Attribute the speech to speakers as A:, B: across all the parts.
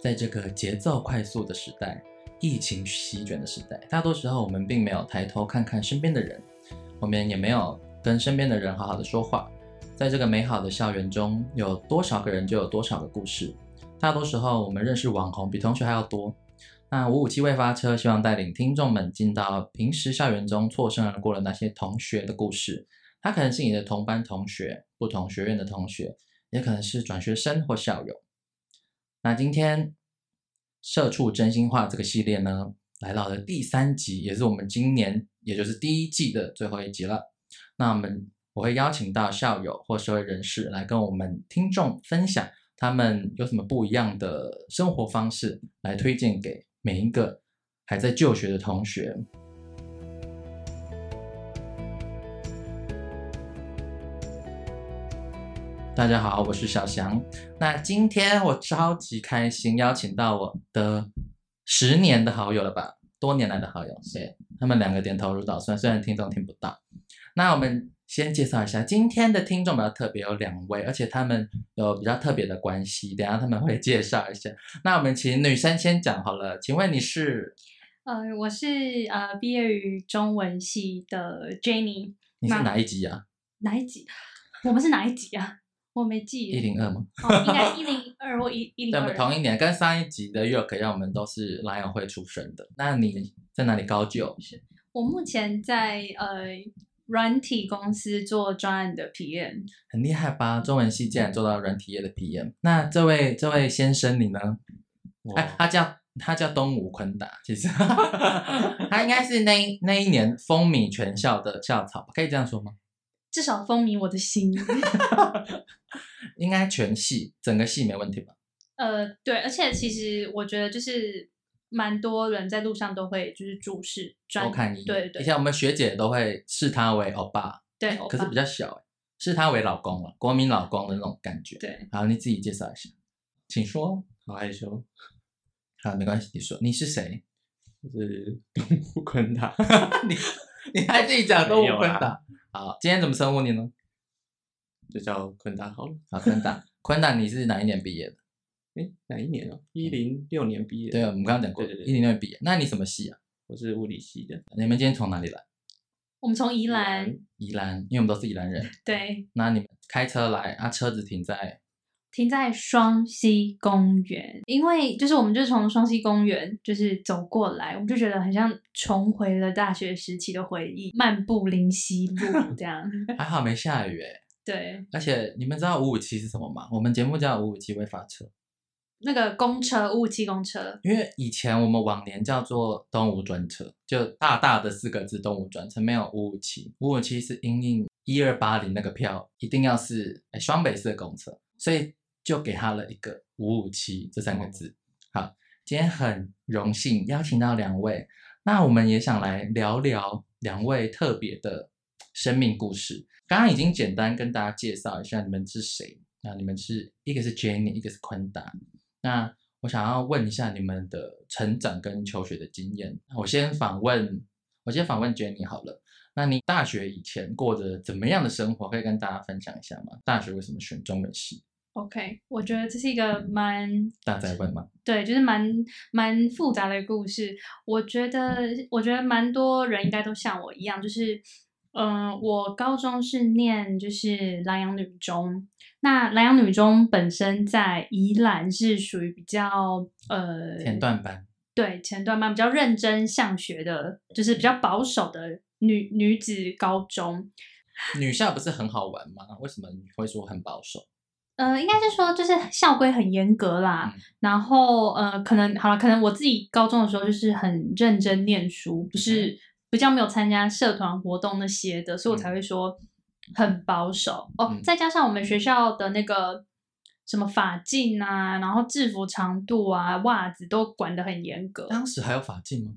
A: 在这个节奏快速的时代，疫情席卷的时代，大多时候我们并没有抬头看看身边的人，我们也没有跟身边的人好好的说话。在这个美好的校园中，有多少个人就有多少个故事。大多时候，我们认识网红比同学还要多。那五五七未发车希望带领听众们进到平时校园中错身而过的那些同学的故事。他可能是你的同班同学、不同学院的同学，也可能是转学生或校友。那今天社畜真心话这个系列呢，来到了第三集，也是我们今年也就是第一季的最后一集了。那我们我会邀请到校友或社会人士来跟我们听众分享他们有什么不一样的生活方式，来推荐给每一个还在就学的同学。大家好，我是小翔。那今天我超级开心，邀请到我的十年的好友了吧，多年来的好友，对，他们两个点头如捣蒜，虽然听众听不到。那我们先介绍一下今天的听众比较特别，有两位，而且他们有比较特别的关系，等一下他们会介绍一下。那我们请女生先讲好了，请问你是
B: 呃，我是呃毕业于中文系的 Jenny，
A: 你是
B: 那
A: 哪一级啊？
B: 哪一级？我们是哪一级啊？我没记
A: 一
B: 耶，
A: 零二吗？
B: 哦，应该一零二或一一
A: 对，
B: 零
A: 我们
B: 二。
A: 同一年，跟上一集的 York 一样，我们都是蓝友会出身的。那你在哪里高就？
B: 我目前在呃软体公司做专案的 PM，
A: 很厉害吧？中文系竟然做到软体业的 PM。那这位这位先生你呢？
C: 我
A: 哎，他叫他叫东吴坤达，其 实他应该是那一那一年风靡全校的校草，可以这样说吗？
B: 至少风靡我的心。
A: 应该全系整个系没问题吧？
B: 呃，对，而且其实我觉得就是蛮多人在路上都会就是注视专
A: 都看一眼。
B: 对
A: 以
B: 对
A: 前我们学姐都会视他为欧巴，
B: 对，
A: 可是
B: 欧
A: 比
B: 巴
A: 较小、欸，视他为老公了，国民老公的那种感觉。
B: 对，
A: 好，你自己介绍一下，请说。
C: 好害羞，
A: 好，没关系，你说你是谁？
C: 就是 东吴坤达，
A: 你你还自己讲东吴
C: 没有
A: 坤
C: 啦
A: 达？好，今天怎么称呼你呢？
C: 就叫坤达好了。
A: 好，坤达，坤达，你是哪一年毕业的？
C: 哎，哪一年啊？一零六年毕业，
A: 嗯对，啊我们刚刚讲过，
C: 对对
A: 一
C: 对
A: 零六毕业。那你什么系啊？
C: 我是物理系的。
A: 你们今天从哪里来？
B: 我们从宜兰
A: 宜兰，因为我们都是宜 兰人。
B: 对
A: 那你们开车来啊？车子停在
B: 停在双溪公园，因为就是我们就从双溪公园就是走过来，我们就觉得很像重回了大学时期的回忆，漫步林溪路这样。
A: 还好没下雨哎。
B: 对，
A: 而且你们知道五五七是什么吗？我们节目叫五五七违法车，
B: 那个公车雾气公车，
A: 因为以前我们往年叫做东吴专车，就大大的四个字东吴专车，没有五五七。五五七是因应一二八零那个票，一定要是哎双北市的公车，所以就给他了一个五五七这三个字。好，今天很荣幸邀请到两位，那我们也想来聊聊两位特别的生命故事。刚刚已经简单跟大家介绍一下你们是谁，那你们是一个是 Jenny，一个是坤达。那我想要问一下你们的成长跟求学的经验。那我先访问，我先访问 Jenny 好了。那你大学以前过着怎么样的生活？可以跟大家分享一下吗？大学为什么选中文系？
B: OK，我觉得这是一个蛮
A: 大家在问吗？
B: 对，就是蛮蛮复杂的故事。我觉得，我觉得蛮多人应该都像我一样，就是，嗯、我高中是念就是南洋女中，那南洋女中本身在宜兰是属于比较呃
A: 前段班，
B: 对前段班比较认真向学的，就是比较保守的女女子高中。
A: 女校不是很好玩吗？为什么你会说很保守？
B: 呃，应该是说就是校规很严格啦，
A: 嗯
B: 然后呃，可能好了，可能我自己高中的时候就是很认真念书，
A: 嗯
B: 不是比较没有参加社团活动那些的，所以我才会说很保守哦。
A: 嗯
B: 再加上我们学校的那个什么法禁啊，然后制服长度啊、袜子都管得很严格，
A: 当时还有法禁吗？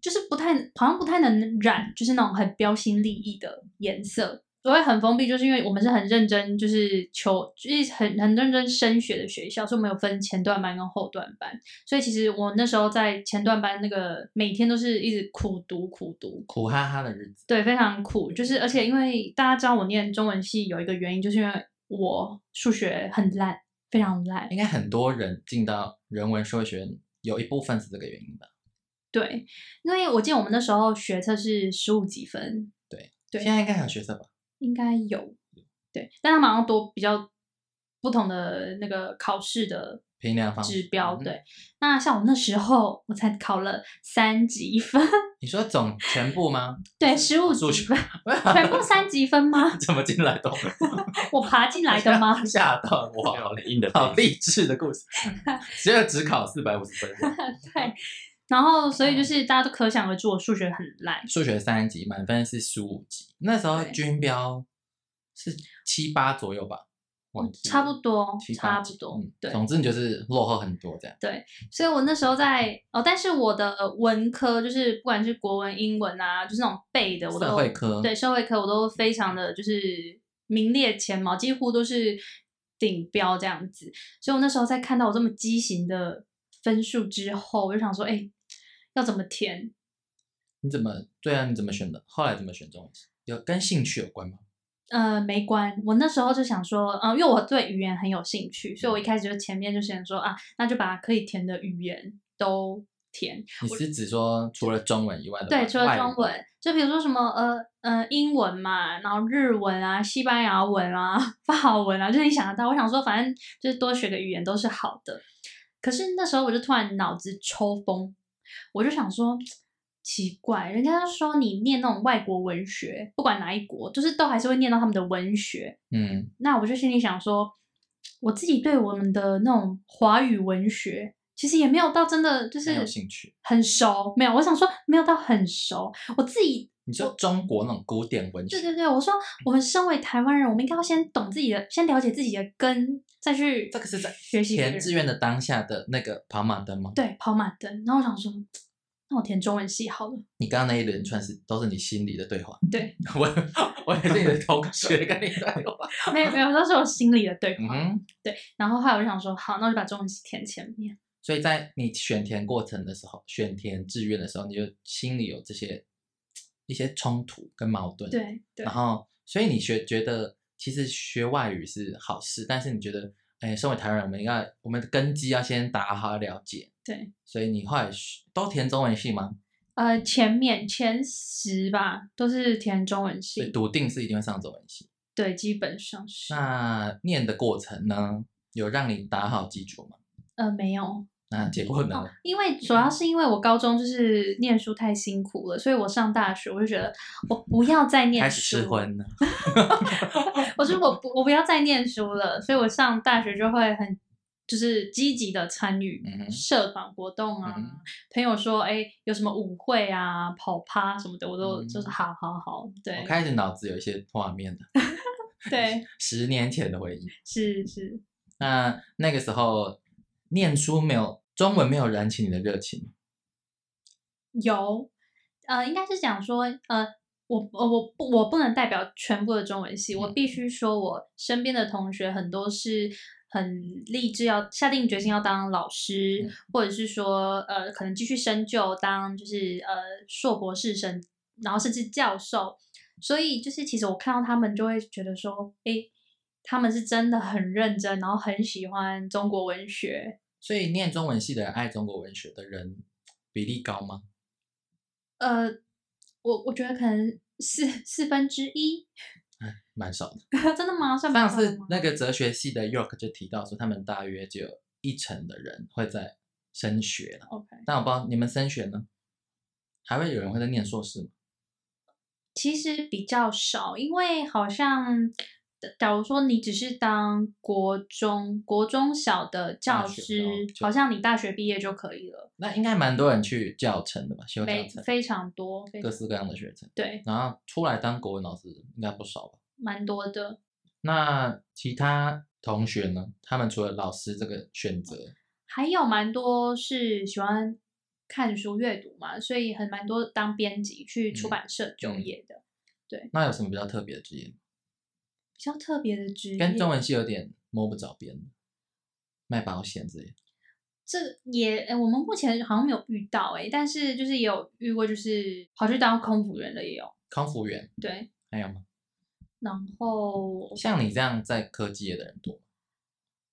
B: 就是不太好像不太能染，就是那种很标新立异的颜色。所谓很封闭，就是因为我们是很认真，就是求就是很很认真升学的学校，所以我们有分前段班跟后段班。所以其实我那时候在前段班那个每天都是一直苦读苦读，
A: 苦哈哈的日子，
B: 对，非常苦。就是而且因为大家知道我念中文系有一个原因，就是因为我数学很烂，非常烂。
A: 应该很多人进到人文社会学院，有一部分是这个原因吧。
B: 对，因为我记得我们那时候学测是十五几分，对
A: 现在应该还有学测吧？
B: 应该有，
A: 嗯
B: 对，但他们好像多比较不同的那个考试的
A: 评量方
B: 指标。
A: 嗯
B: 对，那像我那时候我才考了三级分，
A: 你说总全部吗？
B: 对，十五
A: 数
B: 级
A: 学
B: 分，全部三级分 吗？
A: 怎么进来都？
B: 我爬进来的吗
A: 吓到我，
C: 好硬的
A: 好励志的故事。 只有只考四百五十分，
B: 对。然后，所
A: 嗯
B: 以就是大家都可想而知，我数学很烂。
A: 数学三级，满分是十五级。那时候
B: 对
A: 均标是七八左右吧，忘记了
B: 嗯差不多
A: 哦七，八
B: 差
A: 级
B: 不多
A: 嗯，
B: 对。
A: 总之你就是落后很多这样。
B: 所以我那时候在哦，但是我的文科就是不管是国文、英文啊，就是那种背的，我都
A: 社会科
B: 对社会科我都非常的就是名列前茅，几乎都是顶标这样子。所以我那时候在看到我这么畸形的分数之后，我就想说，哎、要怎么填？
A: 你怎么对啊？你怎么选的？后来怎么选中？有跟兴趣有关吗？
B: 呃，没关，我那时候就想说，嗯、因为我对语言很有兴趣，所以我一开始就前面就想说啊，那就把可以填的语言都填，
A: 你是指说除了中文以外的
B: 对，
A: 外
B: 除了
A: 外语
B: 中文，就比如说什么呃呃英文嘛，然后日文啊、西班牙文啊、 法文啊，就是你想得到。我想说，反正就是多学个语言都是好的。可是那时候我就突然脑子抽风，我就想说，奇怪，人家说你念那种外国文学，不管哪一国，就是都还是会念到他们的文学。
A: 嗯，
B: 那我就心里想说，我自己对我们的那种华语文学，其实也没有到真的就是
A: 很有兴趣。
B: 很熟，没有，我想说没有到很熟，我自己
A: 你说中国那种古典文
B: 对
A: 学，
B: 对对，我说我们身为台湾人，我们应该要先懂自己的，先了解自己的根，再去
A: 这个是在
B: 学习别
A: 填
B: 人
A: 志愿的当下的那个跑马灯吗？，
B: 对跑马灯。然后我想说，那我填中文系好了，
A: 你刚刚那一连串是都是你心里的对话。
B: 对，
A: 我我也是你的同学跟你对话。
B: 没有没有，都是我心里的对
A: 嗯
B: 话。
A: 哼，
B: 然后后来我就想说，好，那我就把中文系填前面。
A: 所以在你选填过程的时候，选填志愿的时候，你就心里有这些一些冲突跟矛盾。，
B: 对对
A: 然后所以你学觉得其实学外语是好事，但是你觉得，哎，身为台湾人，我们应该我们的根基要先打好了解。
B: 对，
A: 所以你后来是都填中文系吗？
B: 呃，前面前十吧，都是填中文
A: 所以
B: 系，
A: 笃定是一定会上中文系。
B: 对，基本上是。
A: 那念的过程呢，有让你打好基础吗？
B: 呃，没有，
A: 那结果呢？
B: 哦，因为主要是因为我高中就是念书太辛苦了，所以我上大学我就觉得我不要再念
A: 开始
B: 书，
A: 吃荤了，
B: 我就是我不我不要再念书了，所以我上大学就会很就是积极的参与
A: 嗯哼
B: 社团活动啊，
A: 嗯哼
B: 朋友说哎有什么舞会啊、跑趴什么的，我都
A: 嗯
B: 就是好好好，对
A: 我开始脑子有一些画面了，
B: 对
A: 十年前的回忆。
B: 是是，
A: 那那个时候念书没有中文没有燃起你的热情，
B: 有，呃，应该是讲说，呃，我呃我不我不能代表全部的中文系，我
A: 嗯
B: 必须说我身边的同学很多是很立志要下定决心要当老师，
A: 嗯
B: 或者是说呃可能继续深究当就是呃硕博士生，然后甚至教授，所以就是其实我看到他们就会觉得说，诶。他们是真的很认真，然后很喜欢中国文学。
A: 所以念中文系的人爱中国文学的人比例高吗？
B: 呃，我我觉得可能四四分之一
A: 哎，蛮少的。
B: 真的吗？
A: 上
B: 算蛮高的
A: 次
B: 吗
A: 那个哲学系的 York 就提到说，他们大约只有一成的人会在升学了，
B: OK，
A: 但我不知道你们升学呢，还会有人会在念硕士吗？
B: 其实比较少，因为好像假如说你只是当国中、国中小的
A: 大
B: 教
A: 学
B: 师
A: 哦，就
B: 好像你大学毕业就可以了，
A: 那应该蛮多人去教程的吧，修教
B: 非
A: 程，
B: 非常多，非
A: 各
B: 常
A: 式各样的学程，
B: 对，
A: 然后出来当国文老师应该不少吧？
B: 蛮多的。
A: 那其他同学呢？他们除了老师这个选择，
B: 还有蛮多是喜欢看书阅读嘛，所以很蛮多当编辑去出
A: 嗯
B: 版社就
A: 嗯
B: 业的，
A: 那有什么比较特别的职业？
B: 比较特别的职业。
A: 跟中文系有点摸不着边的，卖保险之类的。
B: 这也、呃我们目前好像没有遇到哎、但是就是也有遇过，就是跑去当空服员的也有，
A: 空服员
B: 对。
A: 还有吗？
B: 然后
A: 像你这样在科技业的人多吗？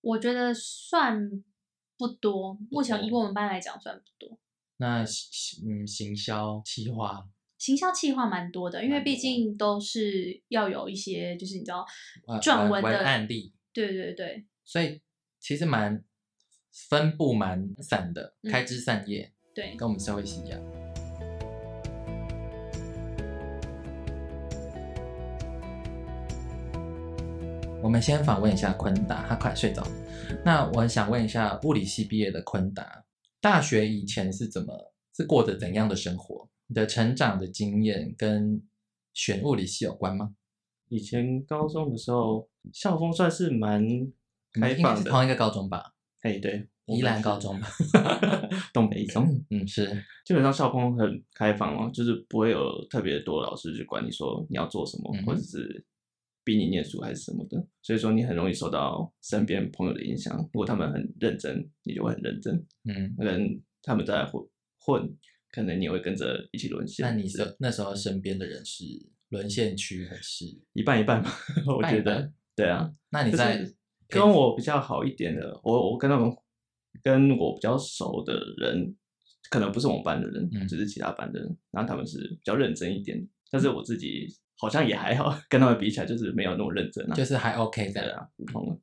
B: 我觉得算不多，目前
A: 多
B: 以我们班来讲算不多。
A: 那行嗯，行销企划
B: 行销计划蛮多的，因为
A: 蛮
B: 毕
A: 多
B: 竟都是要有一些，就是你知道，
A: 呃
B: 撰
A: 文
B: 文的
A: 案例，
B: 对对对，
A: 所以其实蛮分布蛮散的，
B: 嗯
A: 开枝散叶，
B: 对，
A: 跟我们社会系一样。我们先访问一下昆达，他快睡着了。那我想问一下，物理系毕业的昆达，大学以前是怎么是过着怎样的生活？你的成长的经验跟选物理系有关吗？
C: 以前高中的时候，校风算是蛮
A: 你们
C: 开
A: 应该
C: 放
A: 是
C: 的。
A: 同一个高中吧？
C: 哎，对，我
A: 宜
C: 们
A: 兰
C: 是
A: 高中 吧？
C: 东北一中，
A: 嗯嗯，是
C: 基本上校风很开放嘛，就是不会有特别多老师去管你说你要做什么，
A: 嗯哼
C: 或者是逼你念书还是什么的。所以说你很容易受到身边朋友的影响，如果他们很认真，你就会很认真；
A: 嗯。
C: 可能他们在混混，可能你也会跟着一起沦陷。
A: 那你是那时候身边的人是沦陷区还是？
C: 一半一半吧， 我
A: 半一
C: 觉得
A: 半嗯
C: 对啊。
A: 那你
C: 就
A: 在
C: 是跟我比较好一点的，我我跟他们跟我比较熟的人，可能不是我们班的人，
A: 嗯
C: 只是其他班的人，然后他们是比较认真一点，但
A: 嗯
C: 是我自己好像也还好，跟他们比起来就是没有那么认真啊，
A: 就是还 OK
C: 对
A: 的。
C: 啊，普通了。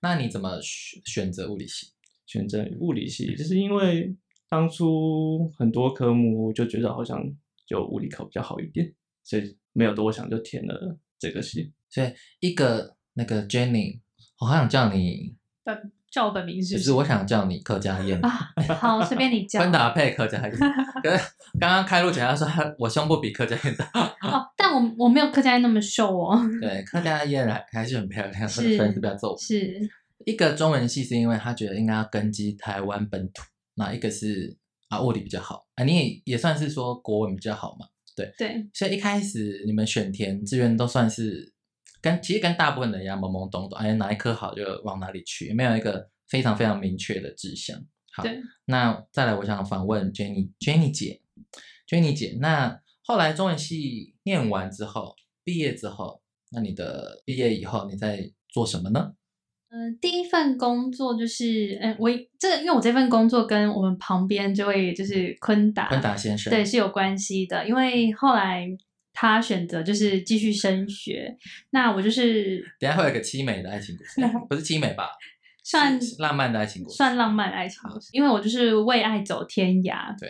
A: 那你怎么选选择物理系？
C: 选择物理
A: 嗯
C: 系，就是因为当初很多科目我就觉得好像就物理考比较好一点，所以没有多想就填了这个系。
A: 所以一个那个 Jenny，我好想叫你，
B: 本叫我本名是
A: 就
B: 不
A: 是
B: 是？
A: 我想叫你客家燕，
B: 啊，好，随便 你叫。
A: 昆达配客 家燕。可是刚刚开录前他说他我胸部比客家燕大，
B: 哦，但我我没有客家那么瘦哦，
A: 对，客家燕还还是很漂亮，所以
B: 是
A: 粉丝不要揍我。
B: 是
A: 一个中文系是因为他觉得应该要根基台湾本土，那一个是啊物理比较好啊，你也也算是说国文比较好嘛。
B: 对，
A: 所以一开始你们选填志愿都算是跟其实跟大部分人一样懵懵懂懂，哎哪一科好就往哪里去，没有一个非常非常明确的志向。好
B: 对，
A: 那再来我想访问 Jenny Jenny 姐，Jenny 姐，那后来中文系念完之后，毕业之后，那你的毕业以后你在做什么呢？
B: 嗯、第一份工作就是，嗯，我这个因为我这份工作跟我们旁边这位就是昆达，
A: 昆达先生，
B: 对，是有关系的，因为后来他选择就是继续升学，那我就是
A: 等一下会有一个凄美的爱情故 事，不是凄美吧？
B: 算
A: 是浪漫的爱情故事，啊
B: 算浪漫爱情故事，因为我就是为爱走天涯。
A: 对。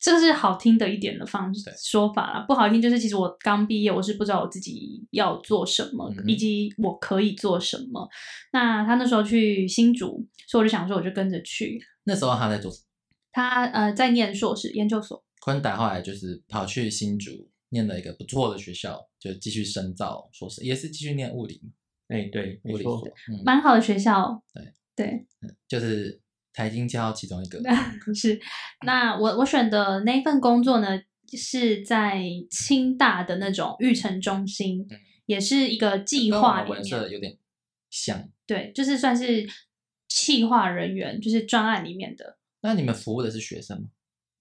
B: 这个是好听的一点的方
A: 对
B: 说法啦，不好听就是其实我刚毕业，我是不知道我自己要做什么，
A: 嗯哼
B: 以及我可以做什么。那他那时候去新竹，所以我就想说，我就跟着去。
A: 那时候他在做什么？
B: 他呃在念硕士研究所，
A: 昆达后来就是跑去新竹念了一个不错的学校，就继续深造硕士，也是继续念物理嘛，
C: 哎，对，
A: 物
C: 没
A: 理
C: 错
A: 所，，嗯，
B: 蛮好的学校。
A: 对
B: 对，
A: 就是台经教其中一个，
B: 是，那我我选的那一份工作呢，是在清大的那种育成中心，
A: 嗯
B: 也是一个 计
A: 跟我
B: 划
A: 们
B: 里
A: 文
B: 面，
A: 社有点像。
B: 对，就是算是企划人员，就是专案里面的。
A: 那你们服务的是学生吗？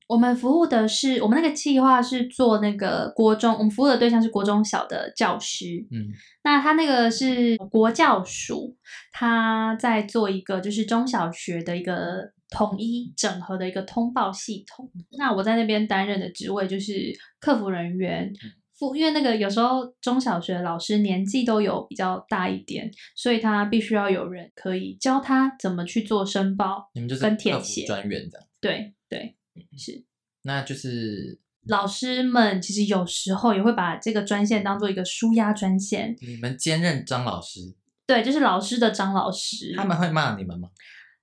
B: 我们服务的是我们那个企划是做那个国中，我们服务的对象是国中小的教师，
A: 嗯，
B: 那他那个是国教署，他在做一个就是中小学的一个统一整合的一个通报系统。那我在那边担任的职位就是客服人员。副，因为那个有时候中小学老师年纪都有比较大一点，所以他必须要有人可以教他怎么去做申报。
A: 你们就是
B: 跟
A: 客
B: 填
A: 服
B: 写
A: 专员这样，
B: 对对，是
A: 那就是
B: 老师们其实有时候也会把这个专线当做一个舒压专线，
A: 你们兼任张老师，
B: 对，就是老师的张老师，
A: 他们会骂你们吗？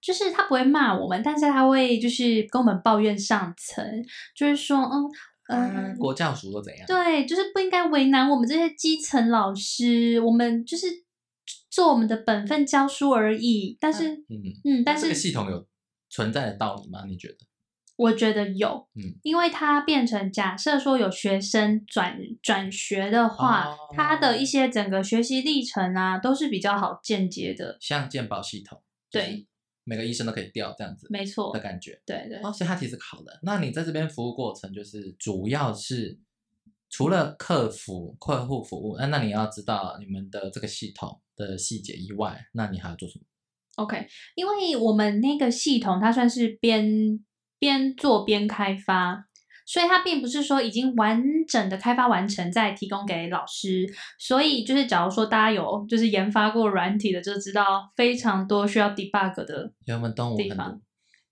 B: 就是他不会骂我们，但是他会就是跟我们抱怨上层，就是说，嗯嗯、
A: 啊国教署都怎样？
B: 对，就是不应该为难我们这些基层老师，我们就是做我们的本分教书而已。但是，
A: 嗯，
B: 嗯，但
A: 这个
B: 是
A: 系统有存在的道理吗？你觉得？
B: 我觉得有，
A: 嗯
B: 因为它变成假设说有学生转转学的话，
A: 哦
B: 他的一些整个学习历程啊，都是比较好间接的。
A: 像健保系统，就是
B: 对
A: 每个医生都可以调这样子
B: 没错
A: 的，感觉。
B: 对对。
A: 哦，所以它其实考的。那你在这边服务过程，就是主要是除了客服、客户服务，那那你要知道你们的这个系统的细节以外，那你还要做什么？
B: OK，因为我们那个系统它算是边边做边开发，所以它并不是说已经完整的开发完成再提供给老师。所以就是假如说大家有就是研发过软体的，就知道非常多需要 debug 的
A: 因为我们动物
B: 地
A: 很
B: 方
A: 多，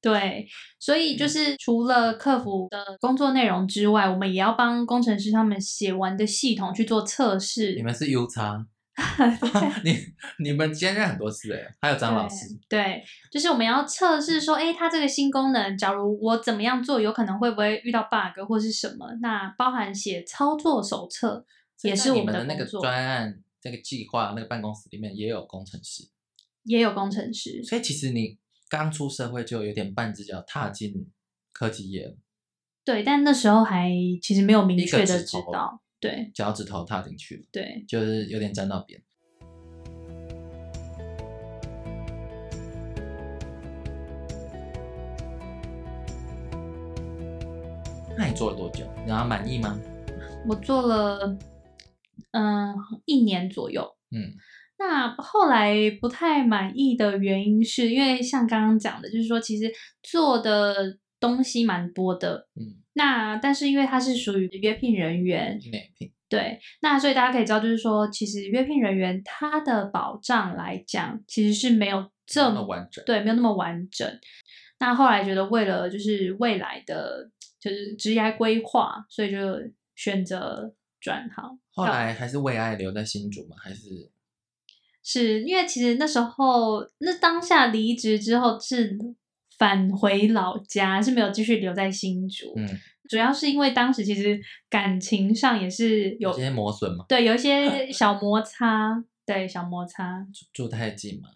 B: 对，所以就是除了客服的工作内容之外，我们也要帮工程师他们写完的系统去做测试。
A: 你们是 U 叉， 你你们兼任很多次哎，还有张老师，
B: 对，就是我们要测试说，哎，它这个新功能，假如我怎么样做，有可能会不会遇到 bug 或是什么？那包含写操作手册，也是
A: 那
B: 我
A: 你们
B: 们的
A: 那个
B: 工作
A: 专案、那个计划、那个办公室里面也有工程师，
B: 也有工程师。
A: 所以其实你刚出社会就有点半只脚踏进科技业了，
B: 对，但那时候还其实没有明
A: 一个
B: 确的
A: 指
B: 知
A: 头
B: 道。对
A: 脚趾头踏进去了，
B: 对，
A: 就是有点沾到边。那你做了多久？然后满意吗？
B: 我做了嗯一年左右。
A: 嗯，
B: 那后来不太满意的原因是，因为像刚刚讲的，就是说其实做的东西蛮多的，
A: 嗯，
B: 那但是因为它是属于约聘人员，
A: 美品
B: 对，那所以大家可以知道，就是说其实约聘人员他的保障来讲，其实是没有这
A: 那么
B: 么
A: 完整。
B: 对，没有那么完整。那后来觉得为了就是未来的就是职业规划，所以就选择转行。
A: 后来还是为爱留在新竹吗？还是
B: 是因为其实那时候，那当下离职之后是返回老家，是没有继续留在新竹。
A: 嗯，
B: 主要是因为当时其实感情上也是有
A: 有些磨损吗？
B: 对有 一些小摩擦，对小摩擦。
A: 住住太近嘛，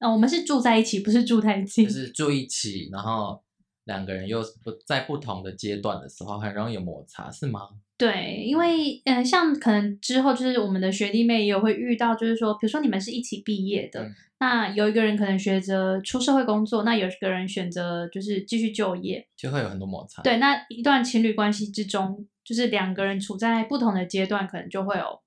B: 嗯、我们是住在一起，不是住太近。
A: 就是住一起，然后两个人又不在不同的阶段的时候，很容易有摩擦，是吗？
B: 对，因为嗯、呃像可能之后就是我们的学弟妹也有会遇到，就是说，比如说你们是一起毕业的，
A: 嗯
B: 那有一个人可能选择出社会工作，那有一个人选择就是继续就业，
A: 就会有很多摩擦。，
B: 对，那一段情侣关系之中，就是两个人处在不同的阶段，可能就会有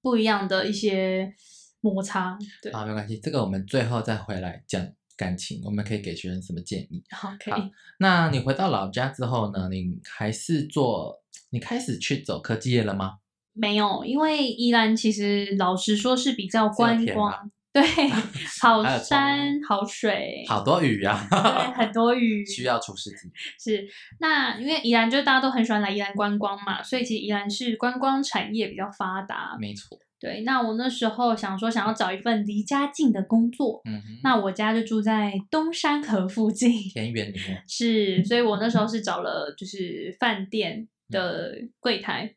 B: 不一样的一些摩擦。对，
A: 啊，没关系，这个我们最后再回来讲感情，我们可以给学生什么建议？
B: 好，可
A: 好
B: 以。
A: 那你回到老家之后呢？你还是做，你开始去走科技业了吗？
B: 没有，因为宜兰其实老实说是比较
A: 有
B: 观
A: 田嘛
B: 光， 对，好
A: 还有葱
B: 山好水，
A: 好多雨啊，
B: 对，很多雨，
A: 需要除湿机。
B: 是，那因为宜兰就是大家都很喜欢来宜兰观光嘛，所以其实宜兰是观光产业比较发达。
A: 没错，
B: 对，那我那时候想说想要找一份离家近的工作，
A: 嗯哼，
B: 那我家就住在东山河附近，
A: 田园里面，
B: 是，所以我那时候是找了就是饭店的柜台，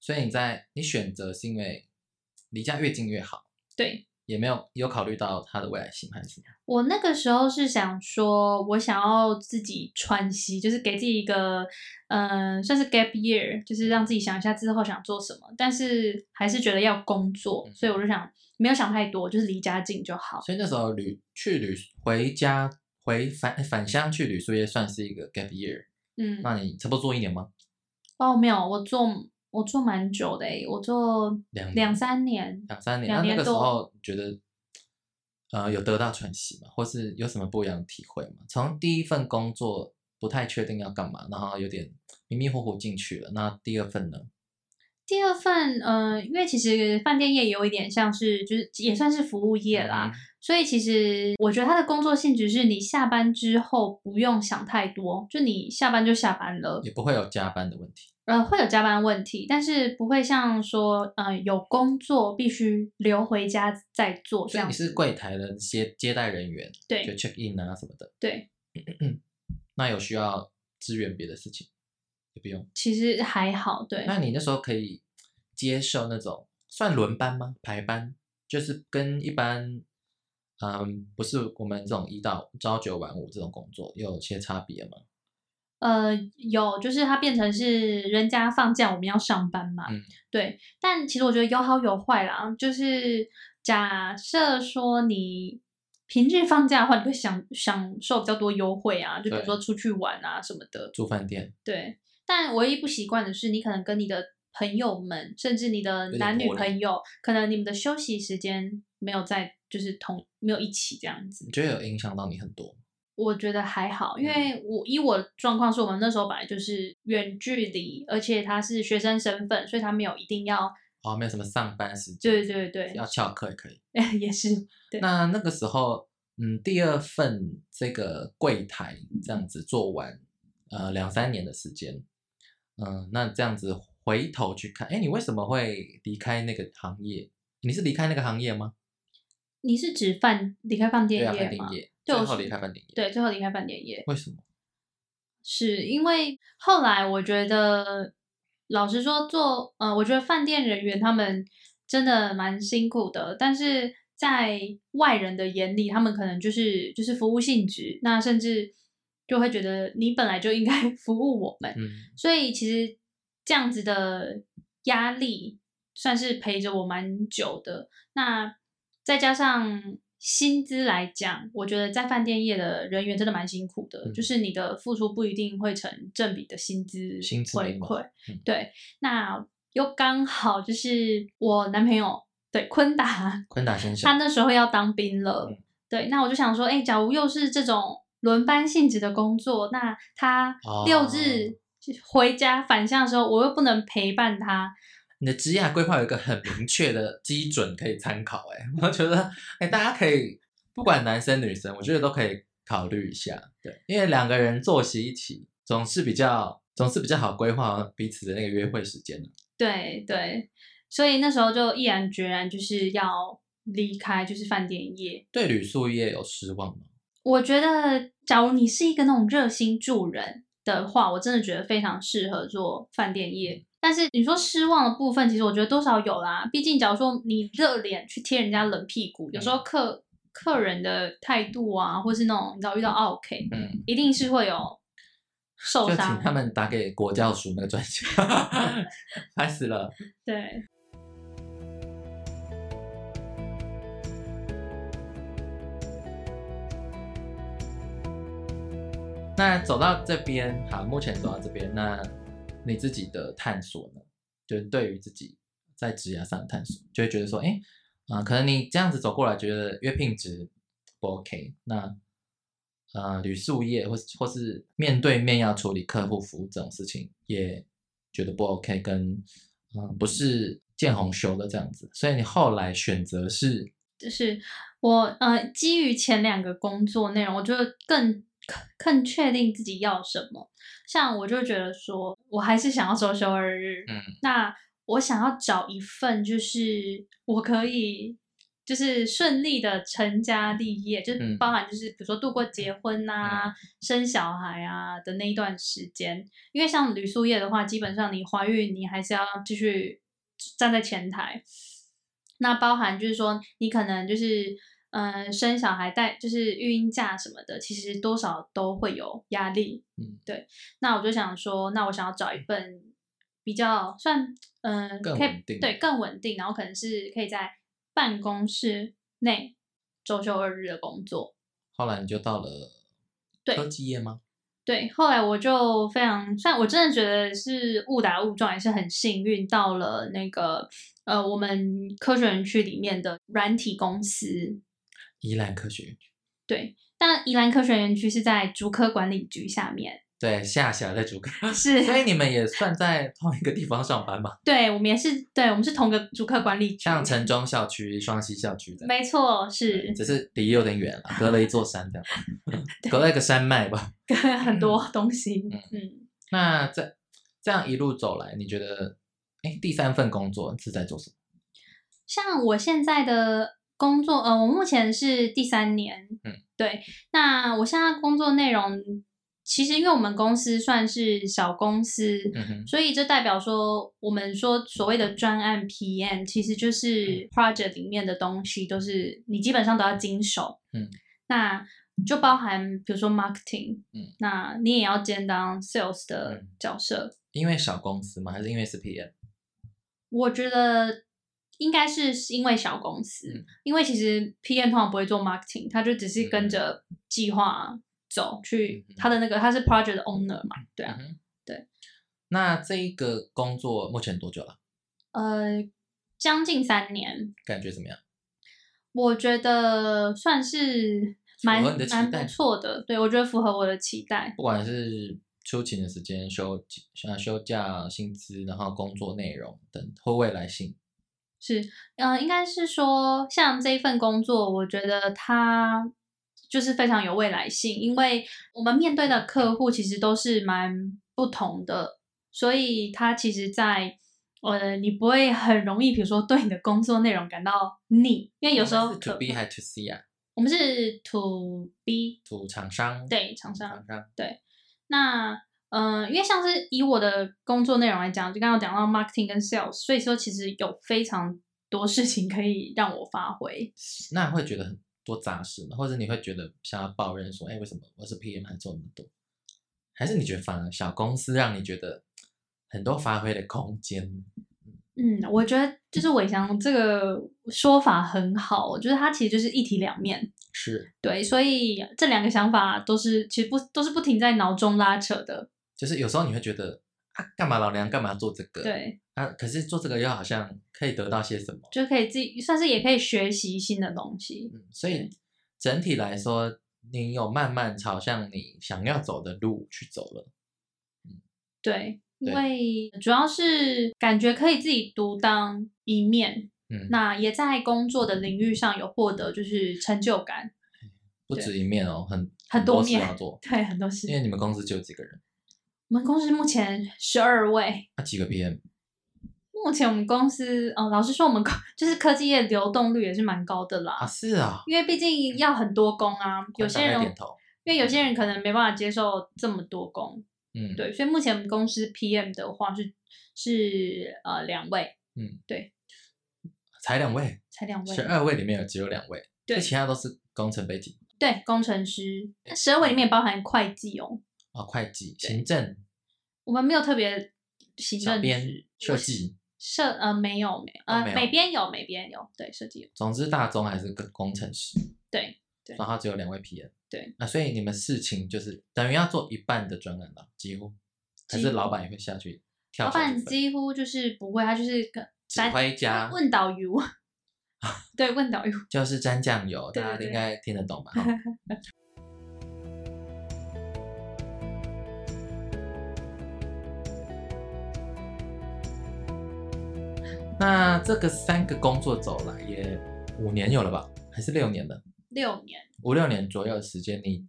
A: 所以你在你选择是因为离家越近越好，
B: 对
A: 也没有有考虑到它的未来性还是
B: 我那个时候是想说，我想要自己喘息，就是给自己一个，嗯、算是 gap year，就是让自己想一下之后想做什么，但是还是觉得要工作，
A: 嗯
B: 所以我就想没有想太多，就是离家近就好。
A: 所以那时候旅去旅回家回返返乡去旅宿业算是一个 gap year，、
B: 嗯，
A: 那你差不多做一年吗？
B: 哦，没有，我做我做蛮久的欸诶，我做
A: 两年
B: 两三年，
A: 两三年，
B: 两
A: 那那
B: 年
A: 个时
B: 多
A: 候你觉得呃有得到喘息吗？或是有什么不一样的体会吗？从第一份工作不太确定要干嘛，然后有点迷迷糊糊进去了，那第二份呢？
B: 第二份，嗯、因为其实饭店业有一点像是，就是也算是服务业啦，
A: 嗯
B: 所以其实我觉得它的工作性质是你下班之后不用想太多，就你下班就下班了，
A: 嗯也不会有加班的问题。
B: 呃，会有加班问题，但是不会像说，呃，有工作必须留回家再做这
A: 所以
B: 样
A: 你
B: 子。
A: 是柜台的接接待人员，
B: 对
A: 就 check in 啊什么的。
B: 对，
A: 那有需要支援别的事情，也不用。
B: 其实还好，对，
A: 那你那时候可以接受那种算轮班吗？排班就是跟一般，嗯，不是我们这种一到朝九晚五这种工作有些差别吗？
B: 呃，有，就是它变成是人家放假，我们要上班嘛。
A: 嗯，
B: 对。但其实我觉得有好有坏啦，就是假设说你平日放假的话，你会享享受比较多优惠啊，就比如
A: 对
B: 说出去玩啊什么的。
A: 住饭店
B: 对。但唯一不习惯的是，你可能跟你的朋友们，甚至你的
A: 有点
B: 男女
A: 脱离
B: 朋友，可能你们的休息时间没有在就是同没有一起这样子
A: 你。觉得有影响到你很多吗？
B: 我觉得还好，
A: 嗯
B: 因为我以我的状况是我们那时候本来就是远距离，而且他是学生身份，所以他没有一定要，
A: 哦，没有什么上班时间，
B: 对对对，
A: 要翘课也可以。
B: 也是对
A: 那那个时候，嗯，第二份这个柜台这样子做完，呃，两三年的时间，嗯、那这样子回头去看，哎，你为什么会离开那个行业？你是离开那个行业吗？
B: 你是指饭离开饭
A: 对啊，饭
B: 店业
A: 店
B: 吗？
A: 业，
B: 对
A: 最
B: 我
A: 后
B: 是
A: 离开饭店业，
B: 对，最后离开饭店业，
A: 为什么？
B: 是因为后来我觉得，老实说做，呃，我觉得饭店人员他们真的蛮辛苦的，但是在外人的眼里，他们可能就是就是服务性质，那甚至就会觉得你本来就应该 服务我们，
A: 嗯，
B: 所以其实这样子的压力算是陪着我蛮久的。那再加上薪资来讲，我觉得在饭店业的人员真的蛮辛苦的，
A: 嗯
B: 就是你的付出不一定会成正比的薪资
A: 薪资
B: 回
A: 没
B: 馈。
A: 嗯
B: 对，那又刚好就是我男朋友对昆达
A: 昆达先
B: 他
A: 生，
B: 那时候要当兵了，
A: 嗯
B: 对，那我就想说，哎、假如又是这种轮班性质的工作，那他
A: 哦
B: 六日回家返乡的时候，我又不能陪伴他，
A: 你的职业规划有一个很明确的基准可以参考、诶哎，我觉得，哎，大家可以不管男生女生，我觉得都可以考虑一下，对，因为两个人作息一起，总是比较总是比较好规划彼此的那个约会时间的。啊
B: 对对，所以那时候就毅然决然就是要离开，就是饭店业。
A: 对旅宿业有失望吗？
B: 我觉得，假如你是一个那种热心助人的话，我真的觉得非常适合做饭店业。但是你说失望的部分，其实我觉得多少有啦。毕竟，假如说你热脸去贴人家冷屁股，有时
A: 嗯
B: 候客客人的态度啊，或是那种你知道遇到 OK，
A: 嗯，
B: 一定是会有受
A: 就请
B: 伤
A: 他。们打给国教署那个专线， 烦死了。
B: 对，
A: 那走到这边，好，目前走到这边，那你自己的探索呢？就是对于自己在职涯上的探索，就会觉得说，哎、啊、可能你这样子走过来，觉得呃约聘值不 OK，那呃，旅宿业或是或是面对面要处理客户服务这种事情，也觉得不 OK，跟嗯、不是见红修的这样子，所以你后来选择是
B: 就是我呃，基于前两个工作内容，我就更更确定自己要什么。像我就觉得说，我还是想要周休二日，
A: 嗯，
B: 那我想要找一份就是我可以就是顺利的成家立业，就
A: 嗯
B: 是包含就是比如说度过结婚啊、生小孩啊的那一段时间，因为像旅宿业的话，基本上你怀孕你还是要继续站在前台，那包含就是说你可能就是。嗯，生小孩带就是育婴假什么的，其实多少都会有压力。
A: 嗯
B: 那我就想说，那我想要找一份比较算嗯、呃
A: 更
B: 可
A: 稳
B: 以
A: 定
B: 对更稳定，然后可能是可以在办公室内周休二日的工作。
A: 后来你就到了
B: 对
A: 科技业吗？
B: 对，后来我就非常，算我真的觉得是误打误撞，也是很幸运到了那个呃我们科学园区里面的软体公司。
A: 宜兰科学园区，
B: 对，但宜兰科学园区是在竹科管理局下面，
A: 对，下辖在主 科。
B: 是
A: 所以你们也算在同一个地方上班嘛？
B: 对我们也是对我们是同个竹科管理局，
A: 像城中校区、双溪校区的，
B: 没错，是
A: 对只是离有点远了，隔了一座山这样， 隔了一个山脉吧。
B: 跟很多东西。
A: 嗯
B: 嗯，
A: 那这这样一路走来，你觉得，哎，第三份工作是在做什么？
B: 像我现在的工作，呃，我目前是第三年，
A: 嗯，
B: 对。那我现在工作内容，其实因为我们公司算是小公司，
A: 嗯哼，
B: 所以这代表说，我们说所谓的专案 PM，其实就是
A: 嗯
B: project 里面的东西，都是你基本上都要经手。
A: 嗯，
B: 那就包含比如说 marketing，
A: 嗯，
B: 那你也要兼当 sales 的
A: 嗯
B: 角色。
A: 因为小公司吗？还是因为是 PM？
B: 我觉得应该是因为小公司，
A: 嗯
B: 因为其实 PM 通常不会做 marketing，他就只是跟着计划走去
A: 嗯嗯
B: 他的那个，他是 project 的 owner 嘛，对
A: 嗯
B: 啊，
A: 哼，
B: 对。
A: 那这一个工作目前多久了？
B: 呃，将近三年，
A: 感觉怎么样？
B: 我觉得算是蛮
A: 符合你的期
B: 蛮
A: 待
B: 不错的，对我觉得符合我的期待。
A: 不管是出勤的时间、休呃休假、薪资，然后工作内容等或未来性，
B: 是，嗯、应该是说，像这一份工作，我觉得它就是非常有未来性，因为我们面对的客户其实都是蛮不同的，所以它其实在，呃，你不会很容易，比如说对你的工作内容感到腻，因为有时候
A: 哦是 to
B: 可
A: B 还 to C 啊
B: 我们是 to B，
A: ，to 厂商
B: 对厂商
A: 厂商
B: 那嗯、呃因为像是以我的工作内容来讲，就刚刚有讲到 marketing 跟 sales，所以说其实有非常多事情可以让我发挥。
A: 那会觉得很多杂事吗？或者你会觉得想要抱怨说，哎，为什么我是 PM 还做那么多？还是你觉得反而小公司让你觉得很多发挥的空间？
B: 嗯，我觉得就是伟翔这个说法很好，我觉得它其实就是一体两面。
A: 是，
B: 对，所以这两个想法都是其实不都是不停在脑中拉扯的。
A: 就是有时候你会觉得啊，干嘛老娘干嘛做这个？，
B: 对，
A: 啊，可是做这个又好像可以得到些什么？
B: 就可以自己算是也可以学习新的东西。
A: 嗯，所以整体来说，你有慢慢朝向你想要走的路去走了。
B: 对，因
A: 对
B: 为主要是感觉可以自己独当一面，
A: 嗯，
B: 那也在工作的领域上有获得就是成就感，
A: 不止一面哦，很
B: 很多
A: 多事
B: 面
A: 要做。
B: 对很多事
A: 因。为你们公司就有几个人，
B: 我们公司目前十二位，
A: 那、几个 PM
B: 目前我们公司，哦，老实说，我们公 就是科技业流动率也是蛮高的啦，
A: 啊？嗯是啊，
B: 因为毕竟要很多工啊，有些
A: 快打开
B: 人
A: 点，头，
B: 因为有些人可能没办法接受这么多工，
A: 嗯，，
B: 对，所以目前我们公司 PM 的话是是呃两位，
A: 才两位，
B: 才两位，
A: 十二位里面有只有两位，所
B: 对
A: 以其他都是工程背景
B: 对，工程师，十二位
A: 嗯
B: 里面包含会计哦，
A: 啊、会计、行政、
B: 我们没有特别行
A: 小
B: 政
A: 编
B: 职、
A: 设计，
B: 设呃没有没
A: 都
B: 呃
A: 没有
B: 美编有美编有对设计有
A: 总之大宗还是个工程师。
B: 对对
A: 然后只有两位 PM。
B: 对，
A: 那所以你们事情就是等于要做一半的专案了，几乎，还
B: 几
A: 是
B: 乎
A: 老板也会下去跳
B: 老
A: 小部
B: 板
A: 分
B: 几乎就是不会，他就是个
A: 指挥家
B: 问导游， 对问导游
A: 就是沾酱油，
B: 对
A: 大家
B: 对
A: 应
B: 对
A: 该听得懂吧？ 哈那这个三个工作走来也五年有了吧，还是六年了？
B: 六年，
A: 五六年左右的时间，你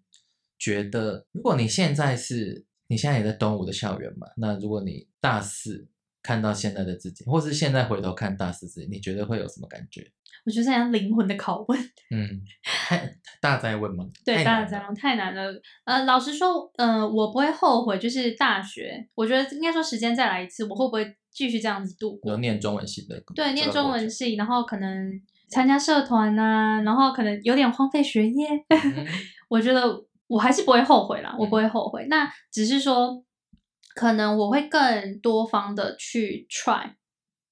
A: 觉得如果你现在是你现在也在东吴的校园嘛？那如果你大四看到现在的自己，或是现在回头看大四自己，你觉得会有什么感觉？
B: 我觉得这样灵魂的拷问，
A: 嗯，太大在问吗？
B: 对
A: 太
B: 大
A: 难
B: 家这
A: 了
B: 样太难了。呃，老实说，呃，我不会后悔，就是大学，我觉得应该说时间再来一次，我会不会继续这样子度过
A: 有？念中文系的，
B: 对，念中文系，然后可能参加社团呐、然后可能有点荒废学业。
A: 嗯，
B: 我觉得我还是不会后悔啦，我不会后悔。那只是说，可能我会更多方的去 try，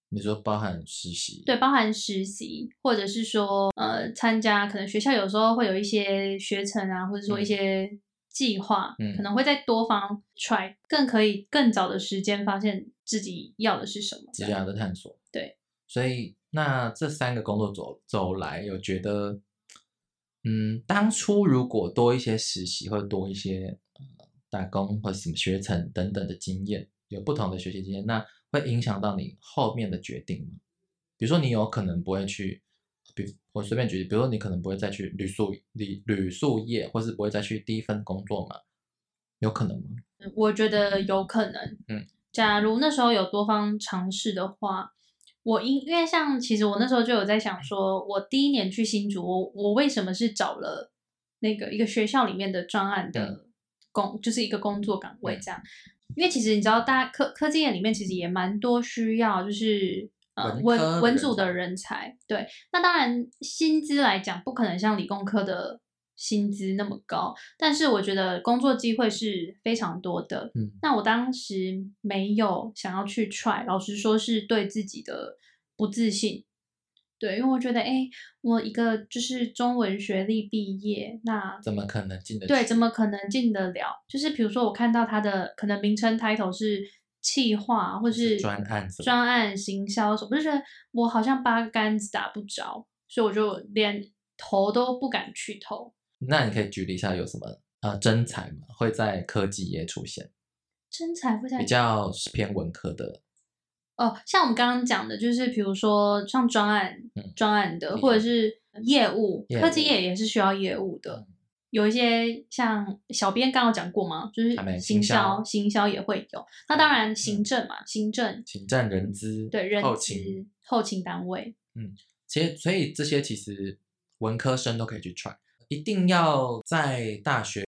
A: 你说包含实习，
B: 对，包含实习，或者是说呃参加，可能学校有时候会有一些学程啊，或者说一
A: 嗯
B: 些计划，
A: 嗯
B: 可能会在多方 try，更可以更早的时间发现自己要的是什么。
A: 职涯的探索。
B: 对，
A: 所以那这三个工作走走来，有觉得，嗯，当初如果多一些实习，或者多一些、呃、打工或者什么学程等等的经验，有不同的学习经验，那会影响到你后面的决定吗？比如说，你有可能不会去，比我随便举例，比如说你可能不会再去旅宿旅旅宿业，或是不会再去第一份工作嘛？有可能吗？
B: 嗯我觉得有可能。
A: 嗯，
B: 假如那时候有多方尝试的话，我因因为像其实我那时候就有在想说，我第一年去新竹，我我为什么是找了那个一个学校里面的专案的工，就是一个工作岗位
A: 嗯
B: 这样。因为其实你知道，大家科科技业里面其实也蛮多需要，就是呃
A: 文科的
B: 文文
A: 人
B: 组的
A: 才
B: 人才。对，那当然薪资来讲，不可能像理工科的薪资那么高，但是我觉得工作机会是非常多的。
A: 嗯，
B: 那我当时没有想要去 try，老实说是对自己的不自信。对，因为我觉得，哎、我一个就是中文学历毕业，那
A: 怎么可能进得去？
B: 对，怎么可能进得了？就是比如说，我看到它的可能名称 title 是企划，或
A: 是
B: 是
A: 专案什么
B: 专案行销什么，我就觉得我好像八竿子打不着，所以我就连投都不敢去投。
A: 那你可以举例一下有什么呃真才嘛，会在科技业出现，
B: 真才会在
A: 比较偏文科的，
B: 哦，像我们刚刚讲的，就是比如说像专案、
A: 嗯
B: 专案的，
A: 理
B: 或者
A: 解
B: 是业务，
A: 业
B: 科技
A: 务嗯
B: 业也是需要业务的。有一些像小编刚刚有讲过嘛，就是
A: 还没
B: 行
A: 行
B: 销，
A: 销嗯
B: 行销也会有。那当然，行政嘛，行政
A: 请占人资，
B: 对人
A: 后
B: 资
A: 勤，
B: 后勤单位，
A: 其实所以这些其实文科生都可以去 try，一定要在大
B: 哦
A: 学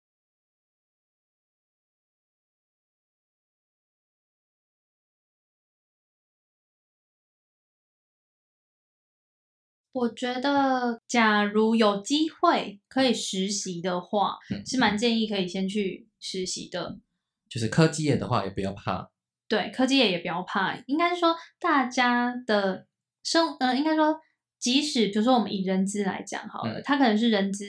B: 我觉得，假如有机会可以实习的话，
A: 嗯
B: 是蛮建议可以先去实习的。
A: 就是科技业的话，也不要 怕
B: 对，科技业也不要怕，应该是说大家的生，呃，应该说，即使比如说我们以人资来讲好了，
A: 嗯
B: 它可能是人资，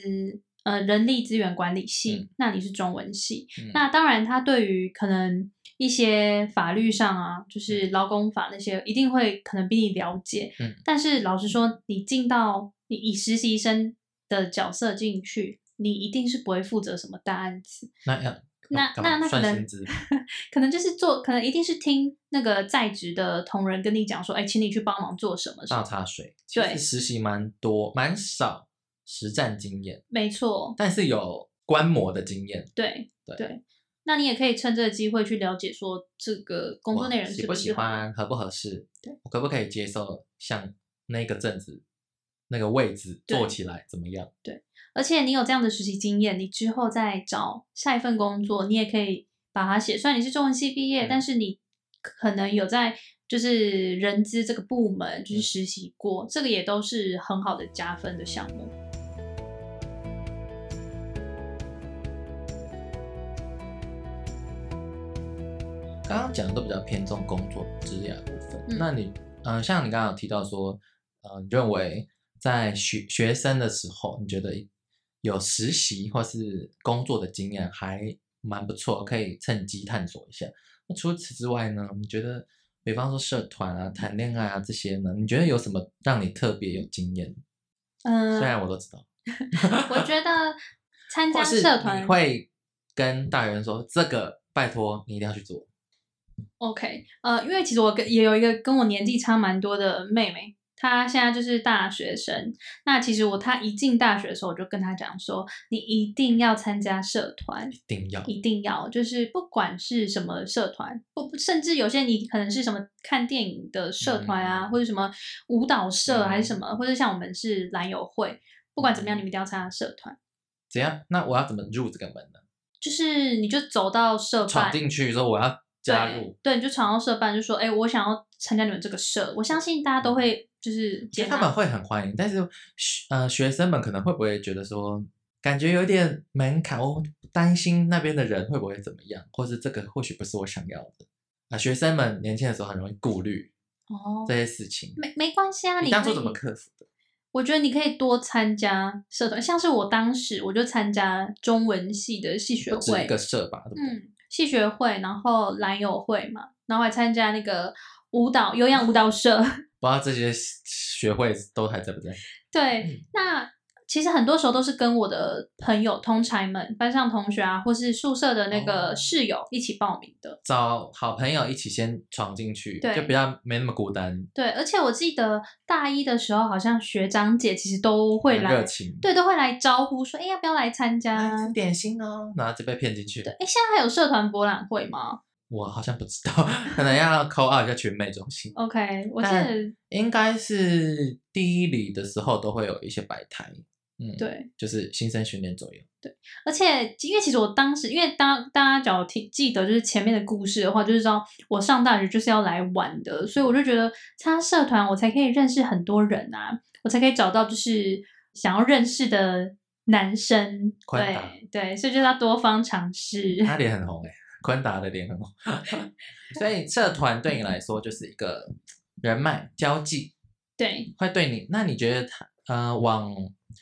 B: 呃，人力资源管理系，
A: 嗯
B: 那你是中文系，
A: 嗯
B: 那当然它对于可能一些法律上啊，就是劳工法那些，一定会可能比你了解，
A: 嗯
B: 但是老实说，你进到你以实习生的角色进去，你一定是不会负责什么大案子，
A: 那要
B: 那
A: 干
B: 那
A: 嘛
B: 那可
A: 算
B: 能
A: 薪资，
B: 可能就是做，可能一定是听那个在职的同仁跟你讲说，哎，请你去帮忙做什么什
A: 倒
B: 么。
A: 茶水，其
B: 对
A: 实实习蛮多蛮少实战经验，
B: 没错，
A: 但是有观摩的经验，
B: 对
A: 对
B: 那你也可以趁这个机会去了解说这个工作
A: 我
B: 内容
A: 喜
B: 是
A: 不
B: 不
A: 喜
B: 是
A: 欢，合不合适，
B: 对
A: 我可不可以接受像那个阵子那个位置
B: 对
A: 坐起来怎么样？
B: 而且你有这样的实习经验，你之后再找下一份工作，你也可以把它写。虽然你是中文系毕
A: 嗯
B: 业，但是你可能有在就是人资这个部门就是
A: 嗯
B: 实习过，这个也都是很好的加分的项目。
A: 刚刚讲的都比较偏重工作职业的部分。
B: 嗯
A: 那你，嗯、像你刚刚有提到说，呃，你认为在学学生的时候，你觉得有实习或是工作的经验还蛮不错，可以趁机探索一下。那除此之外呢？你觉得，比方说社团啊、谈恋爱啊这些呢，你觉得有什么让你特别有经验？
B: 嗯、
A: 虽然我都知道，
B: 我觉得参加
A: 或是
B: 社团
A: 你会跟大人说这个，拜托你一定要去做。
B: OK，呃，因为其实我跟也有一个跟我年纪差蛮多的妹妹，她现在就是大学生。那其实我她一进大学的时候，我就跟她讲说，你一定要参加社团，
A: 一定要，
B: 一定要，就是不管是什么社团，不不甚至有些你可能是什么看电影的社团啊，
A: 嗯
B: 或者什么舞蹈社还是什
A: 嗯
B: 么，或者像我们是篮友会，不管怎么样，你们一定要参加社团。
A: 怎样？那我要怎么入这个门呢？
B: 就是你就走到社
A: 闯
B: 办，
A: 进去说我要加入，
B: 对，对，你就传到社办，就说，哎、我想要参加你们这个社，我相信大家都会就是
A: 其
B: 接
A: 实嗯他们
B: 纳。
A: 会很欢迎，但是学呃学生们可能会不会觉得说感觉有点门槛，我担心那边的人会不会怎么样，或是这个或许不是我想要的啊、学生们年轻的时候很容易顾虑
B: 哦
A: 这，些事情，
B: 没没关系啊，
A: 你
B: 你
A: 当
B: 可
A: 初
B: 以
A: 怎么克服的？
B: 我觉得你可以多参加社团，像是我当时我就参加中文系的系学
A: 不止一
B: 会，
A: 个社吧，对不对？
B: 嗯，系学会，然后篮友会嘛，然后还参加那个舞蹈有氧舞蹈社。
A: 不知道这些学会都还在不在？嗯
B: 对，那其实很多时候都是跟我的朋友、同才们、班上同学啊，或是宿舍的那个
A: 哦
B: 室友一起报名的。
A: 找好朋友一起先闯进去，
B: 对
A: 就比较没那么孤单，
B: 对，而且我记得大一的时候，好像学长姐其实都会
A: 很热
B: 来，
A: 情。
B: 对，都会来招呼说，哎，要不要来参加？
A: 啊，吃点心哦，然后就被骗进去。
B: 对，哎，现在还有社团博览会吗
A: 我好像不知道， 可能要 call out 一下群美中心，
B: ？OK，我记
A: 但
B: 得
A: 应该是第一里的时候都会有一些摆台，嗯，，
B: 对，
A: 就是新生训练左右，
B: 而且因为其实我当时，因为当大家只要听记得就是前面的故事的话，就是知道我上大学就是要来玩的，所以我就觉得参加社团我才可以认识很多人啊，我才可以找到就是想要认识的男生，
A: 宽达
B: 对对，所以就是要多方尝试。
A: 他脸很红哎、宽达的脸很红， 所以社团对你来说就是一个人脉交际，
B: 对，
A: 会对你，那你觉得他呃，往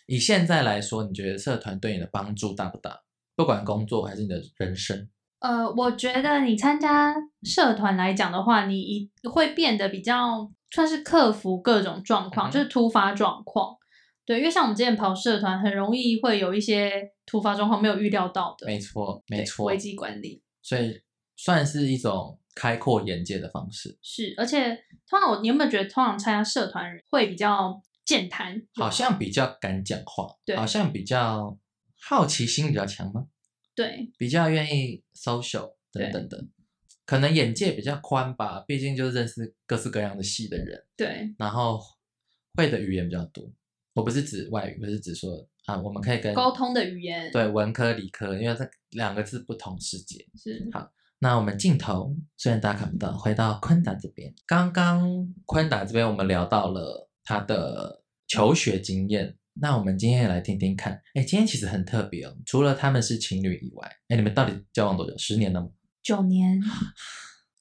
A: 以现在来说，你觉得社团对你的帮助大不大？不管工作还是你的人生，
B: 呃，我觉得你参加社团来讲的话，你一会变得比较算是克服各种状况，
A: 嗯
B: 就是突发状况。对，因为像我们之前跑社团，很容易会有一些突发状况没有预料到的，
A: 没错，没
B: 对
A: 错，
B: 危机管理
A: 所以算是一种开阔眼界的方式，
B: 是，而且通常我你有没有觉得，通常参加社团人会比较健谈？
A: 好像比较敢讲话，
B: 对
A: 好像比较好奇心比较强吗？
B: 对
A: 比较愿意 social
B: 对
A: 等等的，可能眼界比较宽吧，毕竟就是认识各式各样的系的人，
B: 对，
A: 然后会的语言比较多。我不是指外语，我是指说啊，我们可以跟
B: 沟通的语言
A: 对文科理科，因为这两个是不同世界。
B: 是
A: 那我们镜头虽然大家看不到，回到昆达这边。刚刚昆达这边我们聊到了他的求学经验，那我们今天也来听听看。哎，今天其实很特别哦，除了他们是情侣以外，哎，你们到底交往多久？十年了吗？
B: 九年，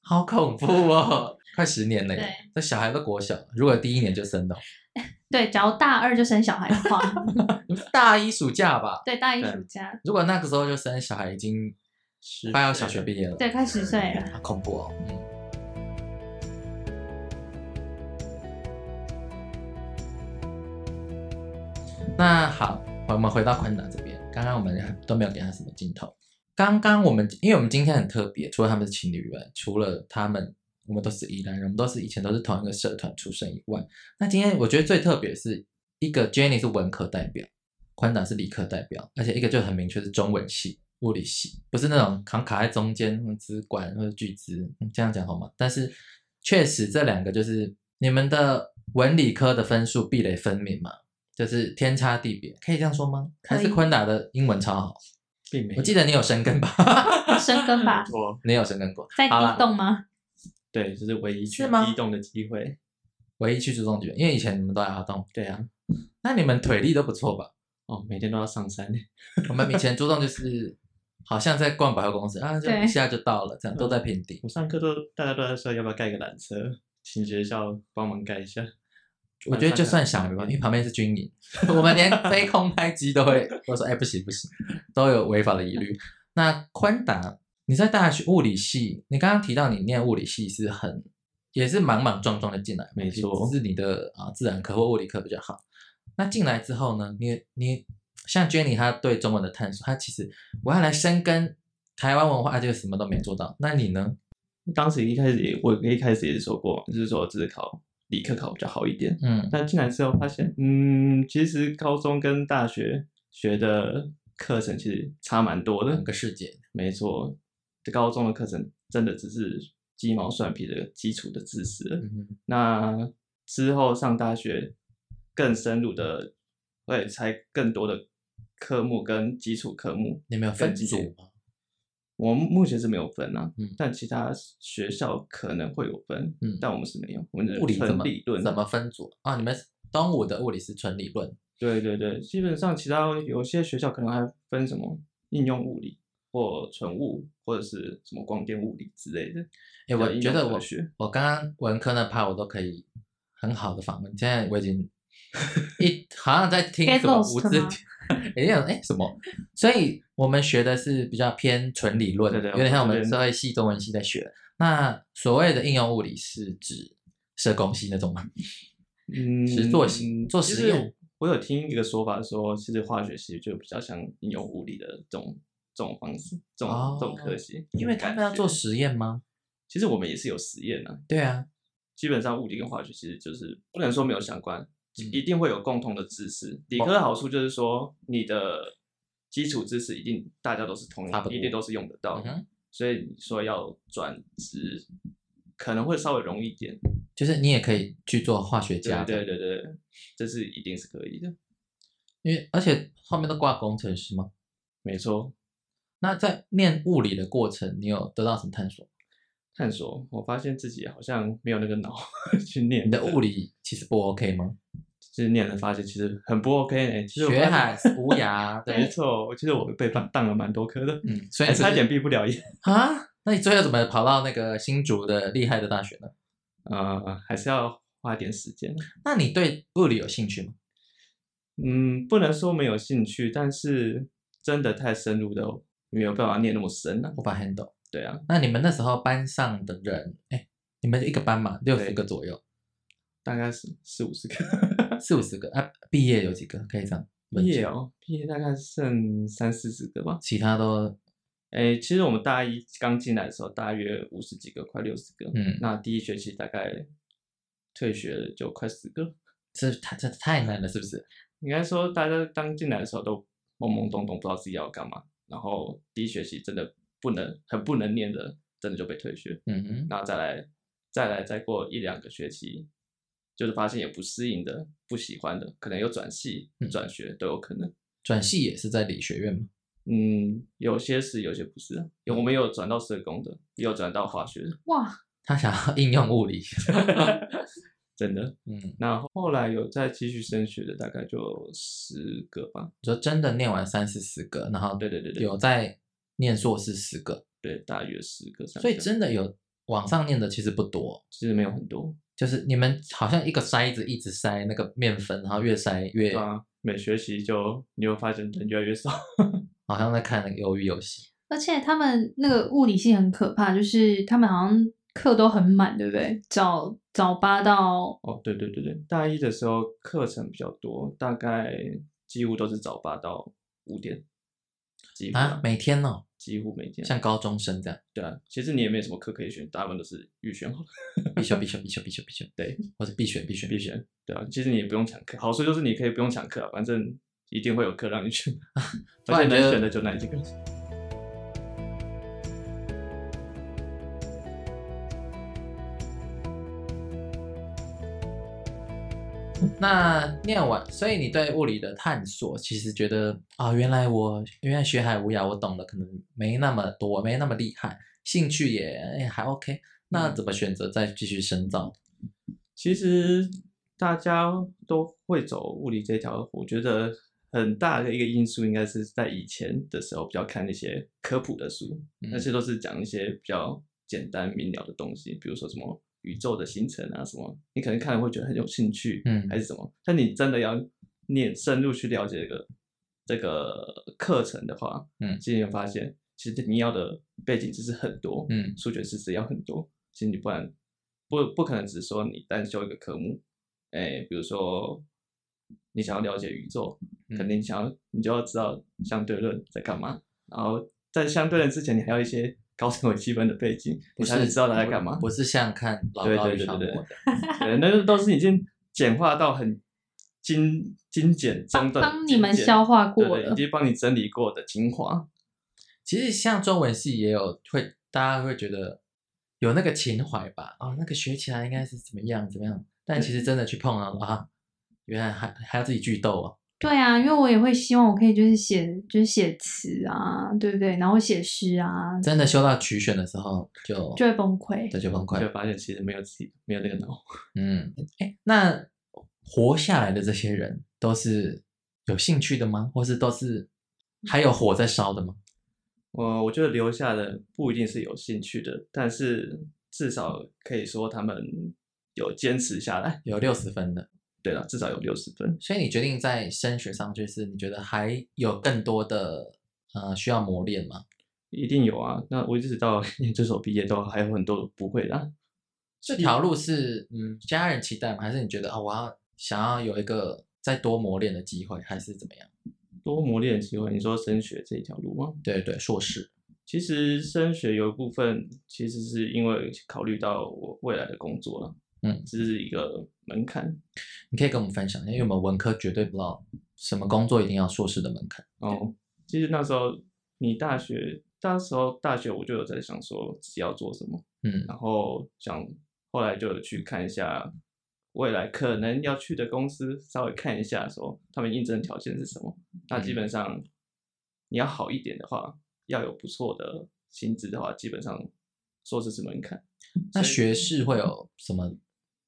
A: 好恐怖哦，快十年了
B: 对
A: 耶！这小孩都国小了，如果第一年就生了，
B: 对，只要大二就生小孩的话，
A: 大一暑假吧。
B: 对，大一
C: 对
B: 暑假，
A: 如果那个时候就生小孩，已经
C: 是
A: 快要小学毕业了，
B: 对，快十岁了。
A: 好恐怖哦。嗯。那好，我们回到昆达这边。刚刚我们还都没有给他什么镜头。刚刚我们，因为我们今天很特别，除了他们是情侣以外，除了他们，我们都是宜兰人，我们都是以前都是同一个社团出身以外，那今天我觉得最特别是一个 Jenny 是文科代表，宽达是理科代表，而且一个就很明确是中文系、物理系，不是那种扛卡在中间，嗯资管或者巨资，嗯这样讲好吗？但是确实这两个就是你们的文理科的分数壁垒分明嘛，就是天差地别，可以这样说吗？
B: 可以
A: 还是宽达的英文超好？
C: 并没有。
A: 我记得你有深 耕吧？
B: 生 根吧，
C: 我
A: 你有深耕过，
B: 在
A: 好啦
B: 地洞吗？
C: 对，就是唯一去
A: 是吗
C: 移动的机会。
A: 唯一去注重点，因为以前你们都在阿东，
C: 对啊，
A: 那你们腿力都不错吧？
C: 哦，每天都要上山，
A: 我们以前注重就是好像在逛百货公司，啊，就
B: 对
A: 一下就到了，这样都在平地。
C: 我上课都大家都在说要不要盖个缆车，请学校帮忙盖一下。
A: 我觉得就算小没关系因为旁边是军营， 我们连飞空拍机都会都说，哎，不行不行，都有违法的疑虑。 那宽达，你在大学物理系，你刚刚提到你念物理系是很也是莽莽撞撞的进来，
C: 没错
A: 只是你的啊自然科或物理科比较好。那进来之后呢，你你像 Jenny 她对中文的探索，她其实我要来深耕台湾文化，啊就什么都没做到。那你呢？
C: 当时一开始也我一开始也是说过，就是说只是考理科考比较好一点。
A: 嗯，
C: 但进来之后发现，嗯，其实高中跟大学学的课程其实差蛮多的
A: 两。个世界，
C: 没错，这高中的课程真的只是鸡毛蒜皮的基础的知识而已。
A: 嗯，
C: 那之后上大学更深入的，会才更多的科目跟基础科目。
A: 你没有分
C: 跟进
A: 组
C: 去
A: 吗？
C: 我们目前是没有分啊，
A: 嗯
C: 但其他学校可能会有分，
A: 嗯
C: 但我们是没有，我们只
A: 物理
C: 是
A: 怎
C: 纯
A: 么
C: 理论。
A: 怎么分组啊？你们东吴的物理是纯理论，
C: 对对对，基本上其他有些学校可能还分什么应用物理或纯物，或者是什么光电物理之类的。
A: 哎，我
C: 比
A: 觉
C: 较应
A: 得
C: 用科
A: 我
C: 学
A: 我刚刚文科那 part 我都可以很好的访问，现在我已 经一好像在听
B: Get
A: 什么
B: lost
A: 无字
B: 吗
A: 典，也 有哎什么，所以我们学的是比较偏纯理论，
C: 对对
A: 有点像我
C: 我
A: 们
C: 这边
A: 社会系、中文系在学。那所谓的应用物理是指社工系那种吗？
C: 嗯，
A: 实作型做
C: 其
A: 实
C: 实
A: 验
C: 我有听一个说法说，其实化学系就比较像应用物理的这种这种方式，这种、这
A: 哦
C: 种科系，
A: 因为他们要做。实验吗？
C: 其实我们也是有实验啊，
A: 对啊，
C: 基本上物理跟化学其实就是不能说没有相关，
A: 嗯哦
C: 一定会有共同的知识。理科的好处就是说，你的基础知识一定大家都是同
A: 差不
C: 样，
A: 多
C: 一定都是用得到
A: 嗯
C: 的，
A: 哼，
C: 所以你说要转职可能会稍微容易一点。
A: 就是你也可以去做化学
C: 对
A: 家，
C: 对对对，这是一定是可以的，
A: 因为而且后面都挂工程师吗？
C: 没错。
A: 那在念物理的过程，你有得到什么探索？
C: 探索，我发现自己好像没有那个脑 去念
A: 你的物
C: 理，
A: 理其实不 OK 吗？
C: 就是念了发现其实很不 OK 哎、其实我
A: 学
C: 发
A: 海
C: 现
A: 无涯，对
C: 没错，其实我被 当当了蛮多科的，
A: 嗯，所以你
C: 还
A: 不是
C: 差一点毕不了业。
A: 啊？那你最后怎么跑到那个新竹的厉害的大学呢？
C: 呃，还是要花点时间。
A: 那你对物理有兴趣吗？
C: 嗯，不能说没有兴趣，但是真的太深入的没有办法念那么深了、
A: 无法 handle。
C: 对啊，
A: 那你们那时候班上的人，哎，你们一个班嘛，六十个左右，
C: 大概是四五十个。
A: 四五十个啊，毕业有几个可以这样问
C: 毕业
A: 吗
C: 哦，毕业大概剩三四十个吧。
A: 其他都
C: 哎，其实我们大一刚进来的时候，大约五十几个，快六十个。
A: 嗯，
C: 那第一学期大概退学了就快十个。
A: 这太这太难了，是不是？
C: 应该说，大家刚进来的时候都懵懵懂懂，不知道自己要干嘛。然后第一学期真的不能，很不能念的，真的就被退学。
A: 嗯哼，
C: 然后再来，再来，再过一两个学期，就是发现也不适应的、不喜欢的，可能有转系
A: 嗯、
C: 转学都有可能。
A: 转系也是在理学院嘛，
C: 嗯，有些是，有些不是啊。有我们有转到社工的，也有转到化学的，
B: 哇，
A: 他想要应用物理，
C: 真的。
A: 嗯，
C: 那后来有再继续升学的，大概就十个吧。
A: 你说真的念完三四十个，然后
C: 对对对对，
A: 有在念硕士十个，
C: 对，大约十个上下。
A: 所以真的有往上念的其实不多，
C: 其实没有很多。
A: 就是你们好像一个筛子一直筛那个面粉，然后越筛越
C: 对啊，每学期就你会发现人越来越少。
A: 好像在看那个鱿鱼游戏，
B: 而且他们那个物理系很可怕，就是他们好像课都很满，对不对？早早八到
C: 哦，对对对对，大一的时候课程比较多，大概几乎都是早八到五点，几乎
A: 啊，
C: 啊
A: 每天哦，
C: 几乎每天。
A: 像高中生这样，
C: 对啊，其实你也没什么课可以选，大部分都是预选好了，
A: 必修必修必修必修必修，
C: 对，
A: 或者必选必选
C: 必选。对啊，其实你也不用抢课，好处就是你可以不用抢课啊，反正一定会有课让你选，
A: 突
C: 而且
A: 然觉
C: 能
A: 得
C: 选的就那几个。
A: 那念完，所以你对物理的探索，其实觉得啊、原来我原来学海无涯，我懂的可能没那么多，没那么厉害，兴趣也、哎还
C: 嗯
A: OK。那怎么选择再继续深造？
C: 其实大家都会走物理这条，我觉得很大的一个因素应该是在以前的时候比较看那些科普的书，
A: 嗯
C: 那些都是讲一些比较简单明了的东西，比如说什么宇宙的形成啊，什么你可能看了会觉得很有兴趣，
A: 嗯
C: 还是什么，但你真的要念深入去了解这个这个课程的话，
A: 嗯
C: 其实你会发现，其实你要的背景知识很多，
A: 嗯
C: 数学知识要很多，其实你不然不不可能只说你单修一个科目，哎，比如说你想要了解宇宙，
A: 嗯
C: 肯定想要你就要知道相对论在干嘛，然后在相对论之前，你还要一些高 等微积分的背景，你
A: 不
C: 才能
A: 是
C: 知道他在干嘛。
A: 不是像看老
C: 对
A: 高
C: 对
A: 与
C: 对
A: 小
C: 对对
A: 魔的，
C: 对，那就都是已经简化到很精精简中等，
B: 帮你
C: 精
B: 们
C: 简
B: 消化过
C: 对对，
B: 了
C: 已，经帮你整理过的精华。
A: 其实像中文系也有会，大家会觉得有那个情怀吧？啊、那个学起来应该是怎么样怎么样？但其实真的去碰到啊，原来还还要自己剧斗啊。
B: 对啊，因为我也会希望我可以就是写就是写词啊，对不对？然后写诗啊，
A: 真的修到曲选的时候就
B: 就会崩溃。
A: 对就崩溃
C: 就。发现其实没有自己没有那个脑，
A: 嗯，哎，那活下来的这些人都是有兴趣的吗？或是都是还有火在烧的吗？
C: 我我觉得留下的不一定是有兴趣的，但是至少可以说他们有坚持下来。
A: 有六十分的，
C: 对了，至少有六十分。
A: 所以你决定在升学上，就是你觉得还有更多的呃需要磨练吗？
C: 一定有啊！那我一直到 研究所毕业都还有很多不会的啊、
A: 这条路是嗯家人期待吗？还是你觉得啊、我要想要有一个再多磨练的机会，还是怎么样？
C: 多磨练的机会。你说升学这一条路吗？
A: 对对，硕士，
C: 其实升学有一部分其实是因为考虑到我未来的工作了，
A: 嗯
C: 这是一个门槛。
A: 你可以跟我们分享一下，因为我们文科绝对不知道什么工作一定要硕士的门槛。
C: 哦，其实那时候你大学，那时候大学我就有在想说自己要做什么，
A: 嗯
C: 然后想后来就有去看一下未来可能要去的公司，稍微看一下说他们应征条件是什么。那基
A: 嗯
C: 本上你要好一点的话，要有不错的薪资的话，基本上硕士是门槛。
A: 那
C: 所以
A: 学士会有什么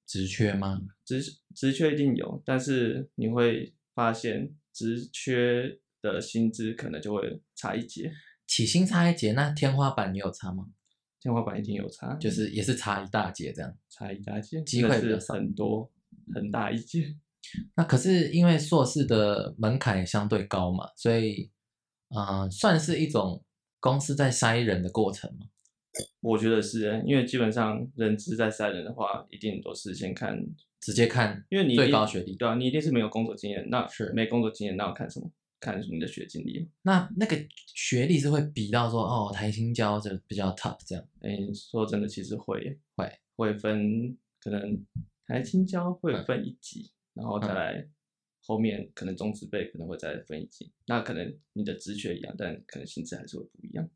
A: 职缺吗？
C: 职职缺一定有，但是你会发现职缺的薪资可能就会差一截，
A: 起薪差一截，那天花板你有差吗？
C: 天花板一定有差，
A: 就是也是差一大截这样。
C: 差一大截，
A: 机
C: 真的
A: 会比较
C: 是很多很大一截。
A: 那可是因为硕士的门槛也相对高嘛，所以呃，算是一种公司在筛人的过程嘛。
C: 欸我觉得是，因为基本上人资在筛人的话，一定都是先看
A: 直接看
C: 因为你一
A: 最
C: 定
A: 高学历。
C: 对啊，你一定是没有工作经验，那
A: 是
C: 没工作经验，那我看什么？看你的学经历嘛。
A: 那那个学历是会比到说哦，台新交这比较 top 这样。
C: 哎、说真的，其实会耶
A: 会
C: 会分，可能台青交会
A: 嗯
C: 分一级，然后再
A: 嗯
C: 来后面可能中职辈可能会再分一级，那可能你的职缺一样，但可能薪资还是会不一样。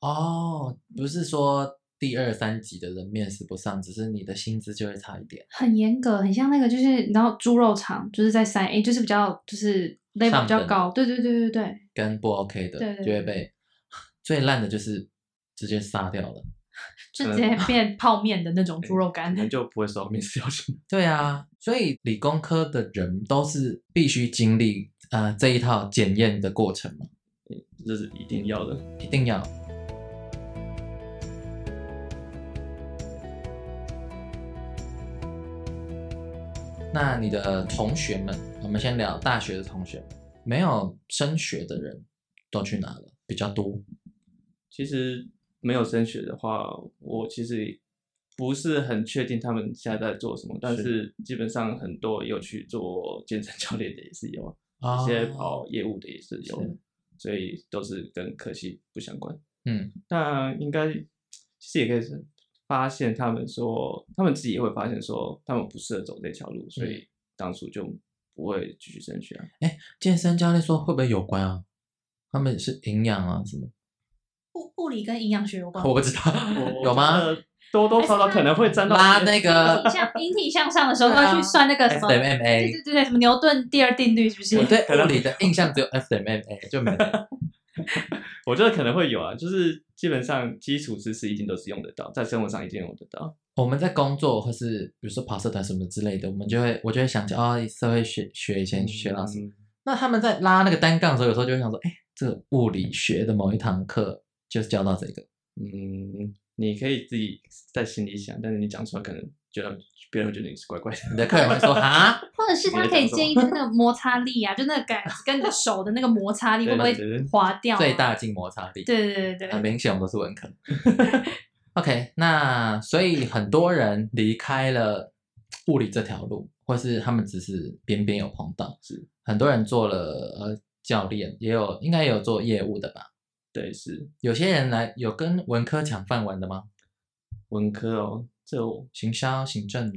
A: 哦，不是说第二三级的人面试不上，只是你的薪资就会差一点。
B: 很严格，很像那个就是你知道猪肉肠，就是在三 A，就是比较就是 level
A: 上
B: 比较
A: 等
B: 高，对对对对对，
A: 跟不 OK 的
B: 对对
A: 就会
B: 对
A: 被最烂的就是直接杀掉了。
B: 就直接变泡面的那种猪肉
C: 可
B: 干。
C: 能就不会收面试邀请。
A: 对啊，所以理工科的人都是必须经历呃这一套检验的过程嘛，
C: 这是一定要的。
A: 一定要。那你的同学们，我们先聊大学的同学们，没有升学的人都去哪了？比较多，
C: 其实没有升学的话，我其实不是很确定他们现在在做什么，但
A: 是
C: 是基本上很多有去做健身教练的也是有啊，一些跑业务的也是有，
A: 哦是
C: 所以都是跟科系不相关。
A: 嗯，
C: 那应该其实也可以是发现他们说，他们自己也会发现说，他们不适合走这条路，所
A: 嗯
C: 以当初就不会继续升学啊。
A: 健身教练说会不会有关啊？他们是营养啊什么？
B: 物物理跟营养学有关
A: 我不知道
C: 我，
A: 有？吗
C: 哦
A: 哎
C: 我？觉得多多少少可能会沾到
A: 拉
C: 一些
A: 那个
B: 像引体向上的时候都
A: 对啊
B: 要去算那个什
A: S
B: 么，
A: M
B: 对
A: M
B: 对
A: A，
B: 对对，什么牛顿第二定律是不是
A: 我？对物理的印象只有 S M M A，就没了。
C: 我觉得可能会有啊，就是基本上基础知识一定都是用得到，在生活上一定用得到。
A: 我们在工作或是比如说跑社团什么之类的，我们就会我就会想起哦，社会学学以前学到什么。
C: 嗯
A: 那他们在拉那个单杠的时候，有时候就会想说，哎，这个物理学的某一堂课就是教到这个。
C: 嗯，你可以自己在心里想，但是你讲出来可能觉得别人会觉得你是怪怪的。
A: 你的客人会 说哈，
B: 或者是他可以建议就是那个摩擦力啊，就那个杆子跟你的手的那个摩 擦力会不
C: 对对
B: 会
C: 对
B: 滑掉、啊？
A: 最大啊静摩擦力。
B: 对对对
A: 很
B: 对，
A: 明显我们都是文科。OK，那所以很多人离开了物理这条路，或是他们只是边边有碰到，
C: 是
A: 很多人做了呃教练，也有应该也有做业务的吧？
C: 对，是
A: 有些人来有跟文科抢饭碗的吗？
C: 文科哦，这我
A: 行销、行政，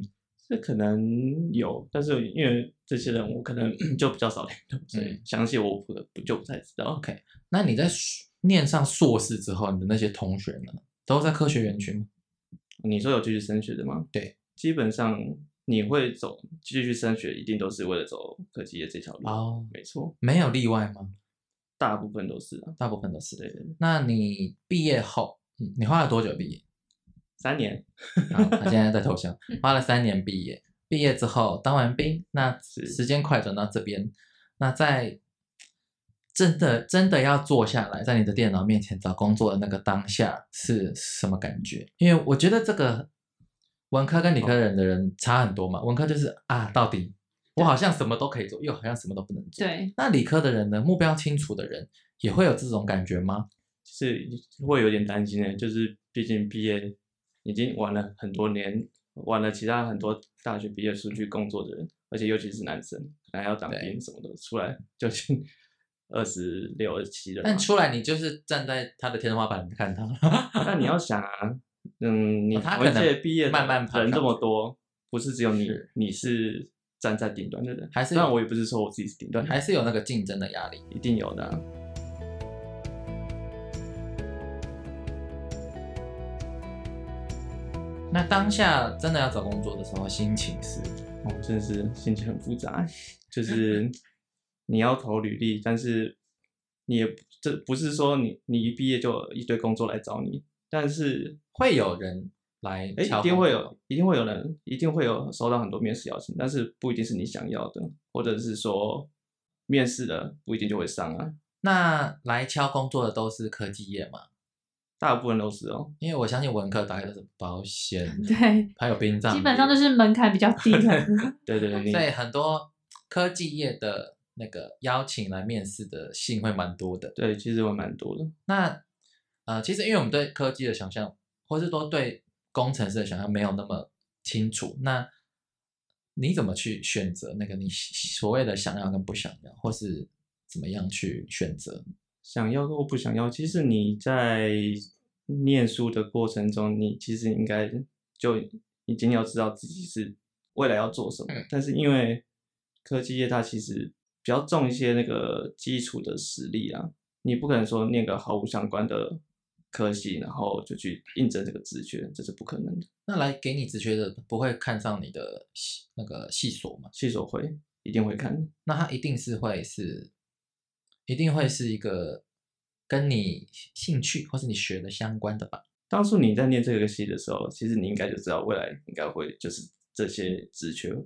C: 这可能有，但是因为这些人我可能 就比较少联络，所以详细我不不就不太知道。
A: 嗯 OK 那你在硕念上硕士之后，你的那些同学呢，都在科学园区吗？
C: 你说有继续升学的吗？
A: 对，
C: 基本上你会走继续升学，一定都是为了走科技业这条路。
A: 哦
C: 没错，
A: 没有例外吗？
C: 大部分都是啊。
A: 大部分都是。
C: 对，对对
A: 那你毕业后，嗯你花了多久毕业？
C: 三年
A: 啊，他现在在投降，花了三年毕业。毕业之后当完兵，那
C: 是
A: 时间快转到这边，那在真的真的要坐下来，在你的电脑面前找工作的那个当下是什么感觉？因为我觉得这个文科跟理科人的人差很多嘛，文科就是啊，到底我好像什么都可以做，又好像什么都不能做。
B: 对，
A: 那理科的人呢，目标清楚的人也会有这种感觉吗？
C: 是会有点担心的，就是毕竟毕业已经玩了很多年，玩了其他很多大学毕业出去工作的人，而且尤其是男生，可能还要当
A: 对
C: 兵什么的，出来就近 二十六、二十七了嘛。
A: 但出来你就是站在他的天花板看他，
C: 那你要想啊，嗯，你
A: 哦他
C: 同一
A: 可能
C: 届毕业的
A: 慢慢爬
C: 人
A: 上
C: 这么
A: 去
C: 多，不是只有你
A: 是，
C: 你是站在顶端的人。
A: 还是
C: 当然
A: 有
C: 我也不是说我自己是顶端，
A: 还是有那个竞争的压力。
C: 一定有的啊、
A: 那当下真的要找工作的时候，心情是
C: 哦，真的是心情很复杂，就是 你要投履历，但是你也不这不是说你你一毕业就有一堆工作来找你，但是
A: 会有人来
C: 哎，
A: 敲，
C: 一定会有，，一定会有人，一定会有收到很多面试邀请，但是不一定是你想要的，或者是说面试的不一定就会上啊，
A: 那来敲工作的都是科技业嘛？
C: 大部分都是哦。
A: 因为我相信文科大概都是保险，啊
B: 对，
A: 还有殡葬业，
B: 基本上就是门槛比较 低的。
C: 对对对，你
A: 所以很多科技业的那个邀请来面试的信会蛮多的。
C: 对，其实我蛮多的。
A: 那呃，其实因为我们对科技的想象，或是说对工程师的想象没有那么清楚，那你怎么去选择那个你所谓的想要跟不想要，或是怎么样去选择？
C: 想要或不想要，其实你在念书的过程中，你其实应该就已经要知道自己是未来要做什么。
A: 嗯
C: 但是因为科技业它其实比较重一些那个基础的实力啊，你不可能说念个毫无相关的科系，然后就去应征这个职缺，这是不可能的。
A: 那来给你直觉的不会看上你的系那个系所嘛？
C: 系所会一定会看的，
A: 那他一定是会是，一定会是一个跟你兴趣或是你学的相关的吧？
C: 当初你在念这个系的时候，其实你应该就知道未来应该会就是这些职缺
A: 所以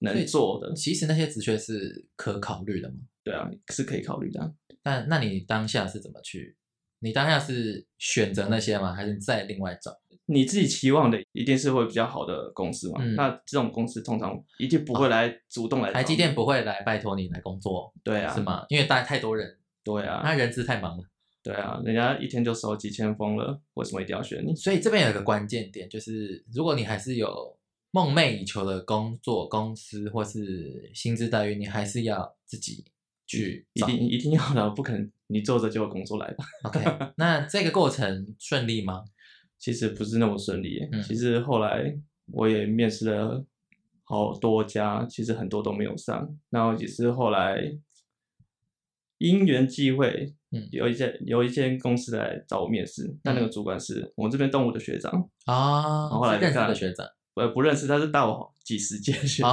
C: 能做的，
A: 其实那些职缺是可考虑的嘛？
C: 对啊，是可以考虑的啊、
A: 但那你当下是怎么去？你当下是选择那些吗？还是你再另外找？
C: 你自己期望的一定是会比较好的公司嘛？
A: 嗯
C: 那这种公司通常一定不会来主动来、
A: 台积电？不会来拜托你来工作，
C: 对啊，
A: 是？吗？因为大太多人，
C: 对啊，
A: 那人资太忙了。
C: 对啊，人家一天就收几千封了，为什么一定要选你？
A: 所以这边有一个关键点，就是如果你还是有梦寐以求的工作、公司或是薪资待遇，你还是要自 己去
C: 一
A: 找。
C: 定一定要的，不可能你做着就有工作来吧？
A: OK，那这个过程顺利 吗？
C: 其实不是那么顺利耶、
A: 嗯
C: 其实后来我也面试了好多家，其实很多都没有上，然后也是后来因缘际会，
A: 嗯
C: 有一间有一间公司来找我面试，但那个主管是我们这边动物的学长。
A: 啊、
C: 哦后来
A: 是认识
C: 就看
A: 的学长
C: 我不认识，他是大我几十届学长。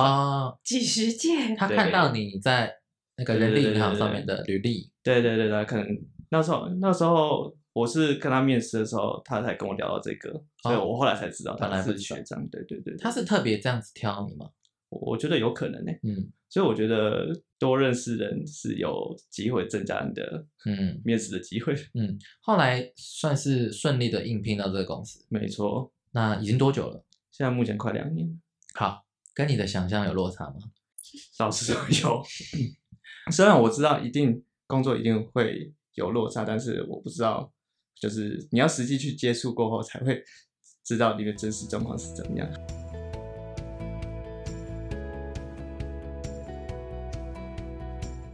A: 啊、
B: 几 十届，
A: 他看到你在那个人力银行上面的履历，
C: 对对对对，可能那时候那时候我是跟他面试的时候，他才跟我聊到这个，所以我后来才知道
A: 哦本来
C: 他
A: 不
C: 是
A: 知道
C: 学长。对对对，
A: 他是特别这样子挑你吗？
C: 我我觉得有可能呢、
A: 嗯
C: 所以我觉得多认识人是有机会增加你的
A: 嗯
C: 面试的 机会。
A: 嗯。后来算是顺利的应聘到这个公司，
C: 没错，
A: 那已经多久了？
C: 现在目前快两年，
A: 好，跟你的想象有落差吗？
C: 老师都有。 虽然我知道一定工作一定会有落差，但是我不知道，就是你要实际去接触过后才会知道你的真实状况是怎么样。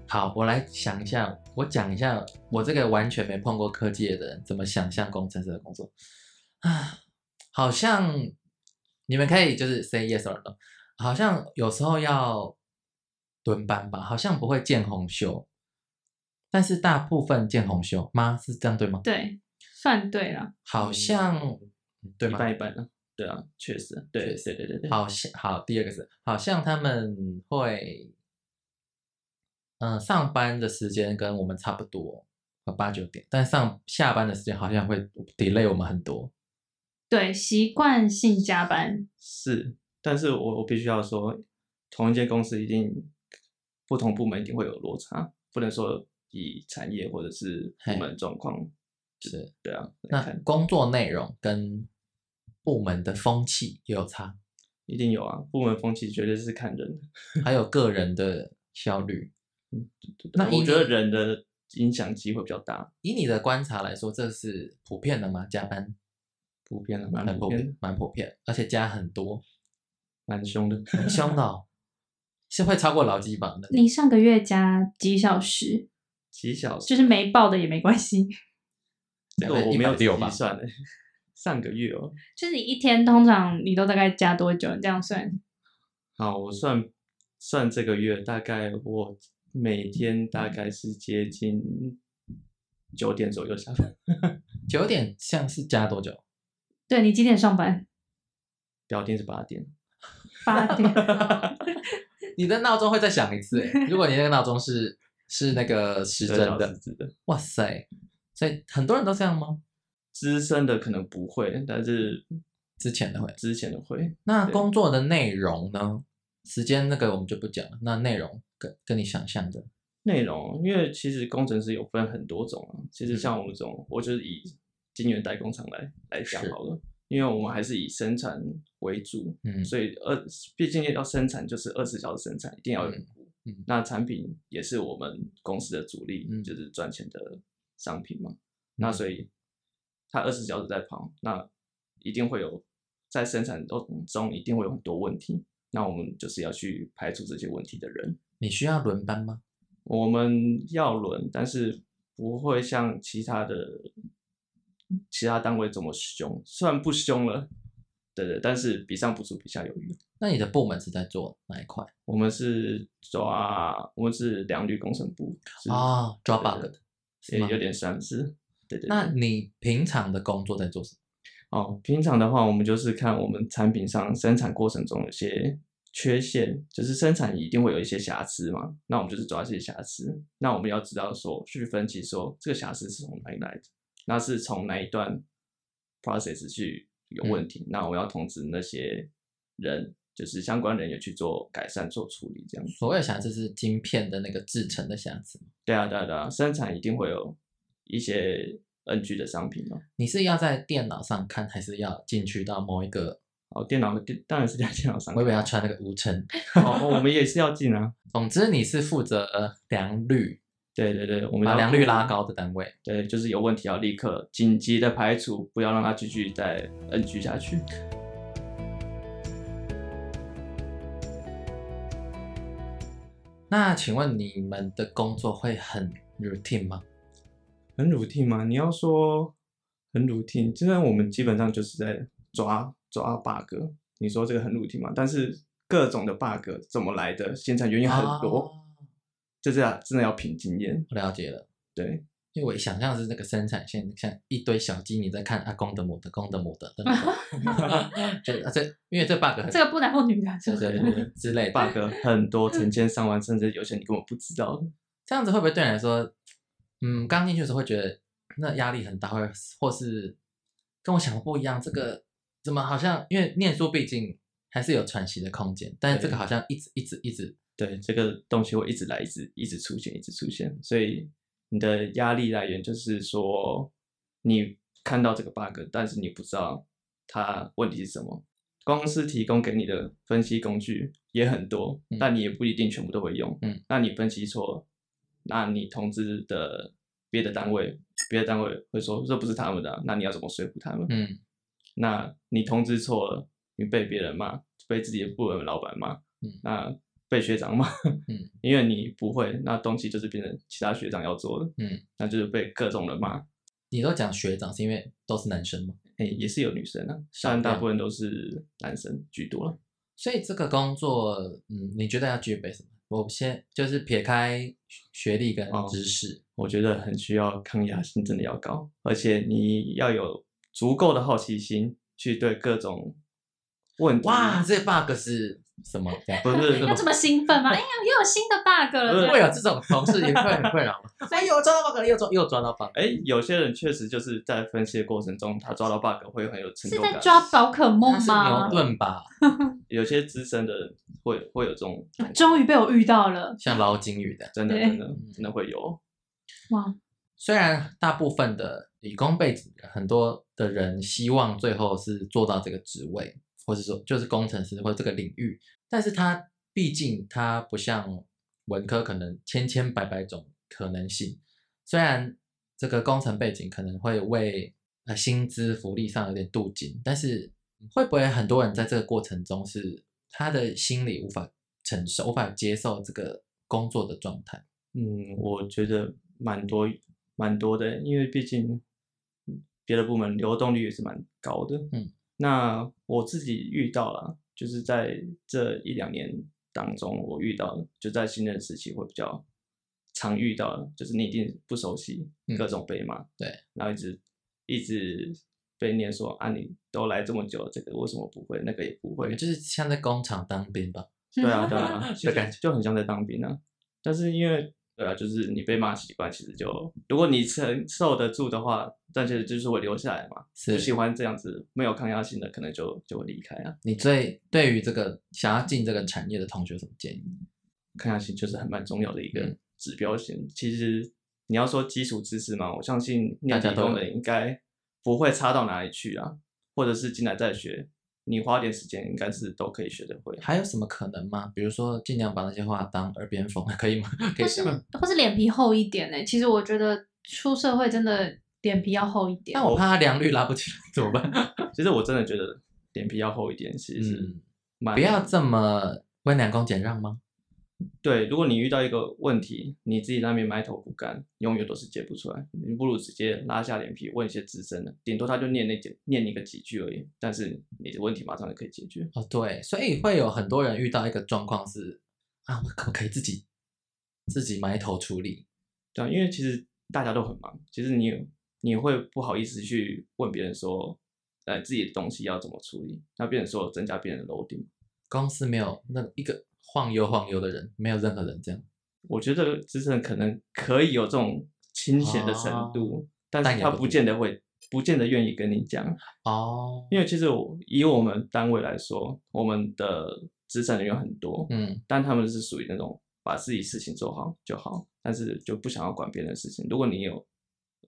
A: 好，我来想一下，我讲一下我这个完全没碰过科技的人怎么想象工程师的工作啊，好像你们可以就是 say yes or no，好像有时候要蹲班吧，好像不会见红袖，但是大部分见红袖吗？是这样对吗？
B: 对，算对了。
A: 好像对
C: 一
A: 吗？
C: 半一半啊，对啊，确实，对对对对对，
A: 好像好，第二个是好像他们会，嗯、上班的时间跟我们差不多，呃八九点，但上下班的时间好像会 delay 我们很多。
B: 对，习惯性加班，
C: 是，但是我我必须要说，同一间公司一定不同部门一定会有落差，不能说以产业或者是部门状况，
A: 是，
C: 对啊，来
A: 那
C: 看
A: 工作内容跟部门的风气也有差，
C: 一定有啊，部门风气绝对是看人的。
A: 还 有个人的效率。那以
C: 啊我
A: 你
C: 觉得人的影响机会比较大，
A: 以你的观察来说，这是普遍的吗？加班
C: 普遍的，蛮
A: 很
C: 普
A: 普
C: 遍的
A: 遍，，蛮普遍，而且加很 多，
C: 蛮 凶的。
A: 很凶的哦、是会超过劳基榜的。
B: 你上个月加几小时，
C: 几小时？
B: 就是没报的也没关系，
C: 这个我没有
A: 160
C: 仔
A: 吧
C: 细算的， 上个月哦。
B: 就是你一天通常你都大概加多久？这样算？
C: 好，
A: 嗯
C: 我算算这个月，大概我每天大
A: 嗯
C: 概是接近九点左右下班，
A: 九点像是加多久？
B: 对你几点上班？
C: 表定是八点。
B: 八 点。
A: 你的闹钟会再响一次欸，如果你那个闹钟是是那个时针的，
C: 是的，
A: 哇塞！所以很多人都这样吗？
C: 资深的可能不会，但是
A: 之前的会。
C: 之前的会。
A: 那
C: 对
A: 工作的内容呢？时间那个我们就不讲了。那内容跟跟你想象的，
C: 内容，因为其实工程师有分很多种啊。其实
A: 嗯
C: 像我们这种，我就是以晶圆代工厂来来讲
A: 是
C: 好了，因为我们还是以生产为主，
A: 嗯，
C: 所以二毕竟要生产就是二十小时生产，一定要有人
A: 嗯
C: 顾。
A: 嗯
C: 那产品也是我们公司的主力，
A: 嗯
C: 就是赚钱的商品嘛。那
A: 嗯
C: 所以它二十小时在跑，那一定会有在生产中中一定会有很多问题。那我们就是要去排除这些问题的人。
A: 你需要轮班吗？
C: 我们要轮，但是不会像其他的其他单位这么凶，虽然不凶了，对对，但是比上不足，比下有余。
A: 那你的部门是在做哪一块
C: 我们是抓，我们是良率工程部是
A: 啊、哦？抓
C: 对
A: bug
C: 对
A: 的是
C: 也
A: 吗
C: 有点算是，对对对。
A: 那你平常的工作在做什么？
C: 哦，平常的话，我们就是看我们产品上生产过程中有些缺陷，就是生产一定会有一些瑕疵嘛，那我们就是抓这些瑕疵，那我们要知道说去分析说这个瑕疵是从哪里来的，那是从哪一段 process 去
A: 嗯
C: 有问题，那我要通知那些人，就是相关人员去做改善、做处理这样子。
A: 所谓的瑕疵是晶片的那个制成的瑕疵吗。
C: 对啊，对啊，对啊，生产一定会有一些 NG 的商品嘛，
A: 你是要在电脑上看，还是要进去到某一个？
C: 哦，电脑的电当然是在电脑上
A: 我以
C: 看，
A: 为要穿那个无尘。
C: 哦，我们也是要进啊。
A: 总之，你是负责呃良率，
C: 对对对，我们
A: 把
C: 要
A: 良率拉。高的单位。
C: 对，就是有问题要立刻紧急的排除，不要让它继续再 NG 下去。
A: 那请问你们的工作会很 routine 吗？
C: 很 routine 吗？你要说很 routine，虽然我们基本上就是在抓抓 bug，你说这个很 routine 嘛？但是各种的 bug 怎么来的，现在原因很多，
A: 哦
C: 就是啊，真的要凭经验。
A: 我了解了，
C: 对，
A: 因为我想象是那个生产线，像一堆小鸡，你在看阿公的母的公的母的的那 种，就 啊这因为这 bug 很
B: 这个不男或女的，是
A: 对
B: 不是？
A: 对对对之类的
C: bug 很多，
A: 嗯
C: 成千上万，甚至有些你根本不知道的。
A: 这样子会不会对你来说，嗯，刚进去的时候会觉得那压力很大，或或是跟我想的不一样？这个怎么好像因为念书毕竟还是有喘息的空间，但是这个
C: 对
A: 好像一直一直一直
C: 对，这个东西会一直来，一直一直出现，一直出现，所以你的压力来源就是说，你看到这个 bug，但是你不知道它问题是什么。公司提供给你的分析工具也很多，
A: 嗯
C: 但你也不一定全部都会用。
A: 嗯，
C: 那你分析错，那你通知的别的单位，别的单位会说这不是他们的啊、那你要怎么说服他们？
A: 嗯
C: 那你通知错了，你被别人骂，被自己的部门老板骂，
A: 嗯
C: 那被学长骂，
A: 嗯，
C: 因为你不会，那东西就是变成其他学长要做的，
A: 嗯，
C: 那就是被各种人骂，
A: 你都讲学长是因为都是男生嘛，
C: 哎、也是有女生啊，
A: 少
C: 当然大
A: 量
C: 部分都是男生居多了。
A: 所以这个工作，嗯，你觉得要具备什么？我先就是撇开学历跟
C: 哦
A: 知识，
C: 我觉得很需要抗压性，真的要高，而且你要有足够的好奇心去对各种问题，
A: 哇，这 bug 是什么？这样嗯
C: 不是
B: 要这么兴奋吗？哎呀，又有新的 bug 了，这
A: 会
B: 样
A: 有这种同事也会很困扰吗？ 哎，有抓到 bug，了又抓又抓到 bug，
C: 哎、有些人确实就是在分析的过程中，他抓到 bug 会很有成
B: 是
C: 就
B: 在
C: 感。
B: 抓宝可
A: 他
B: 梦
A: 是牛
B: 哦吗？
A: 顿吧？
C: 有些资深的人会会有这种，
B: 终于被我遇到了，
A: 像捞金鱼的，
C: 真的
B: 啊对
C: 真的
A: 嗯
C: 真的会有。
B: 哇！
A: 虽然大部分的理工背景的很多的人希望最后是做到这个职位，或者说就是工程师或者这个领域，但是他毕竟他不像文科可能千千百百种可能性。虽然这个工程背景可能会为呃薪资福利上有点镀金，但是会不会很多人在这个过程中是他的心理无法承受、无法接受这个工作的状态？
C: 嗯，我觉得蛮多蛮多的，因为毕竟别的部门流动率也是蛮高的。
A: 嗯，
C: 那我自己遇到了，就是在这一两年当中，我遇到的就在新人时期会比较常遇到的，就是你一定不熟悉
A: 嗯
C: 各种被骂，
A: 对，
C: 然后一直一直被念说啊，你都来这么久了，这个为什么不会，那个也不会，
A: 就是像在工厂当兵吧。
C: 对 啊，
B: 嗯
C: 对啊，就
A: 感
C: 感觉就很像在当兵啊。但是因为对啊，就是你被骂习惯，其实就如果你承受得住的话，但是就是会留下来嘛。
A: 是
C: 不喜欢这样子没有抗压性的，可能就就会离开啊。
A: 你最对于这个想要进这个产业的同学有什么建议？
C: 抗压性就是很蛮重要的一个
A: 嗯
C: 指标性。其实你要说基础知识嘛，我相信
A: 大
C: 念
A: 家
C: 理工
A: 都
C: 的应该不会差到哪里去啊，或者是进来再学，你花点时间应该是都可以学得会。啊
A: 还有什么可能吗？比如说，尽量把那些话当耳边风， 可以吗？可以
B: 或
A: 这
B: 是
A: 样吗。
B: 或是脸皮厚一点呢、欸其实我觉得出社会真的脸皮要厚一点
A: 但。我怕他良率拉不起来，怎么办？
C: 其实我真的觉得脸皮要厚一点，其实是
A: 嗯，
C: 蛮
A: 不要这么温良恭俭让吗？
C: 对，如果你遇到一个问题，你自己在那边埋头苦干，永远都是解不出来。你不如直接拉下脸皮问一些资深的，顶多他就念那几念你个几句而已，但是你的问题马上就可以解决。
A: 哦，对，所以会有很多人遇到一个状况是啊，我可不可以自己自己埋头处理？
C: 对啊，因为其实大家都很忙，其实你有你会不好意思去问别人说，呃，自己的东西要怎么处理，那变成说增加别人的楼顶。
A: 公司没有那一个晃悠晃悠的人，没有任何人这样，
C: 我觉得资深可能可以有这种倾斜的程度，但
A: 哦但
C: 是
A: 也
C: 他
A: 不
C: 不见得会，不见得愿意跟你讲。
A: 哦，
C: 因为其实我以我们单位来说，我们的职场人员很多，
A: 嗯，
C: 但他们是属于那种把自己事情做好就好，但是就不想要管别人的事情。如果你有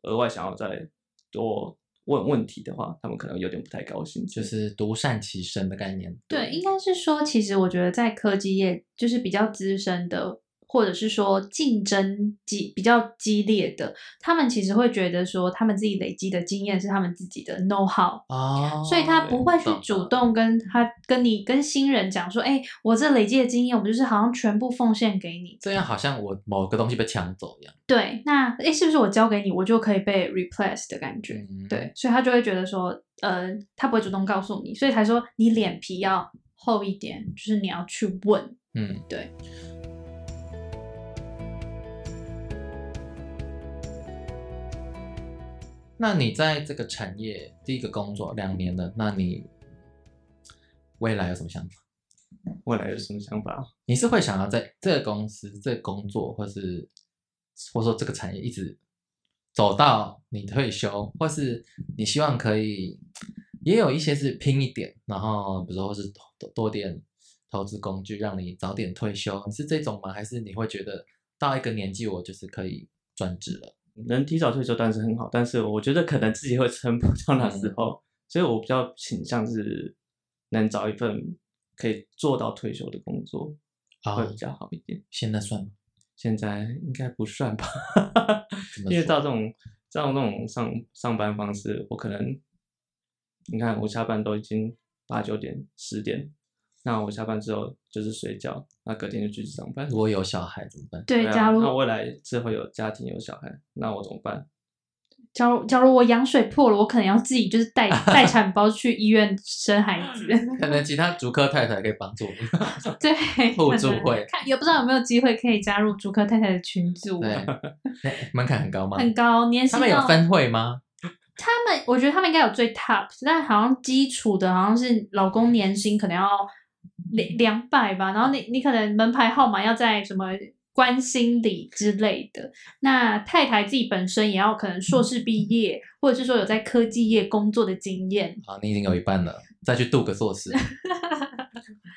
C: 额外想要再多问问题的话，他们可能有点不太高兴。就
A: 就是是独善其身的概念。
B: 对，应该是说，其实我觉得在科技业，就是比较资深的，或者是说竞争激比较激烈的，他们其实会觉得说，他们自己累积的经验是他们自己的 know how，
A: 哦，
B: 所以他不会去
A: 懂
B: 主动跟他跟你跟新人讲说，哎、我这累积的经验，我就是好像全部奉献给你。
A: 这样好像我某个东西被抢走一样。
B: 对，那哎、诶是不是我交给你，我就可以被 replace 的感觉？
A: 嗯，
B: 对，所以他就会觉得说，呃，他不会主动告诉你，所以才说你脸皮要厚一点，就是你要去问。
A: 嗯，
B: 对。
A: 那你在这个产业第一个工作两年了，那你未来有什么想法？
C: 未来有什么想法？
A: 你是会想要在这个公司、这个工作，或是或者说这个产业一直走到你退休，或是你希望可以，也有一些是拼一点，然后比如说或是多多点投资工具，让你早点退休，你是这种吗？还是你会觉得到一个年纪我就是可以转职了？
C: 能提早退休当然是很好，但是我觉得可能自己会撑不到那
A: 嗯
C: 时候，所以我比较倾向是能找一份可以做到退休的工作
A: 啊
C: 会比较好一点。
A: 现在算吗？
C: 现在应该不算吧，
A: 怎么
C: 因为
A: 说
C: 照这种照那种上上班方式，我可能你看我下班都已经八九点十点，那我下班之后就是睡觉，那隔天就继续上班
A: 如。果有小孩怎么 办？
B: 对，
C: 啊
B: 假
C: 那
B: 如
C: 未来之后有家庭有小孩，那我怎么办？
B: 假如假如我羊水破了，我可能要自己就是 带待产包去医院生孩子。
A: 可能其他竹科太太可以帮助你。
B: 对，
A: 互
B: 可
A: 助
B: 能
A: 会
B: 看也不知道有没有机会可以加入竹科太太的群组，
A: 对，那门槛很高吗？
B: 很高，年薪
A: 他们有
B: 到
A: 分会吗？
B: 他们我觉得他们应该有最 top，但好像基础的好像是老公年薪可能要两两百吧，然后你你可能门牌号码要在什么关心里之类的。那太太自己本身也要可能硕士毕业，或者是说有在科技业工作的经验。
A: 好，你已经有一半了，再去度个硕士。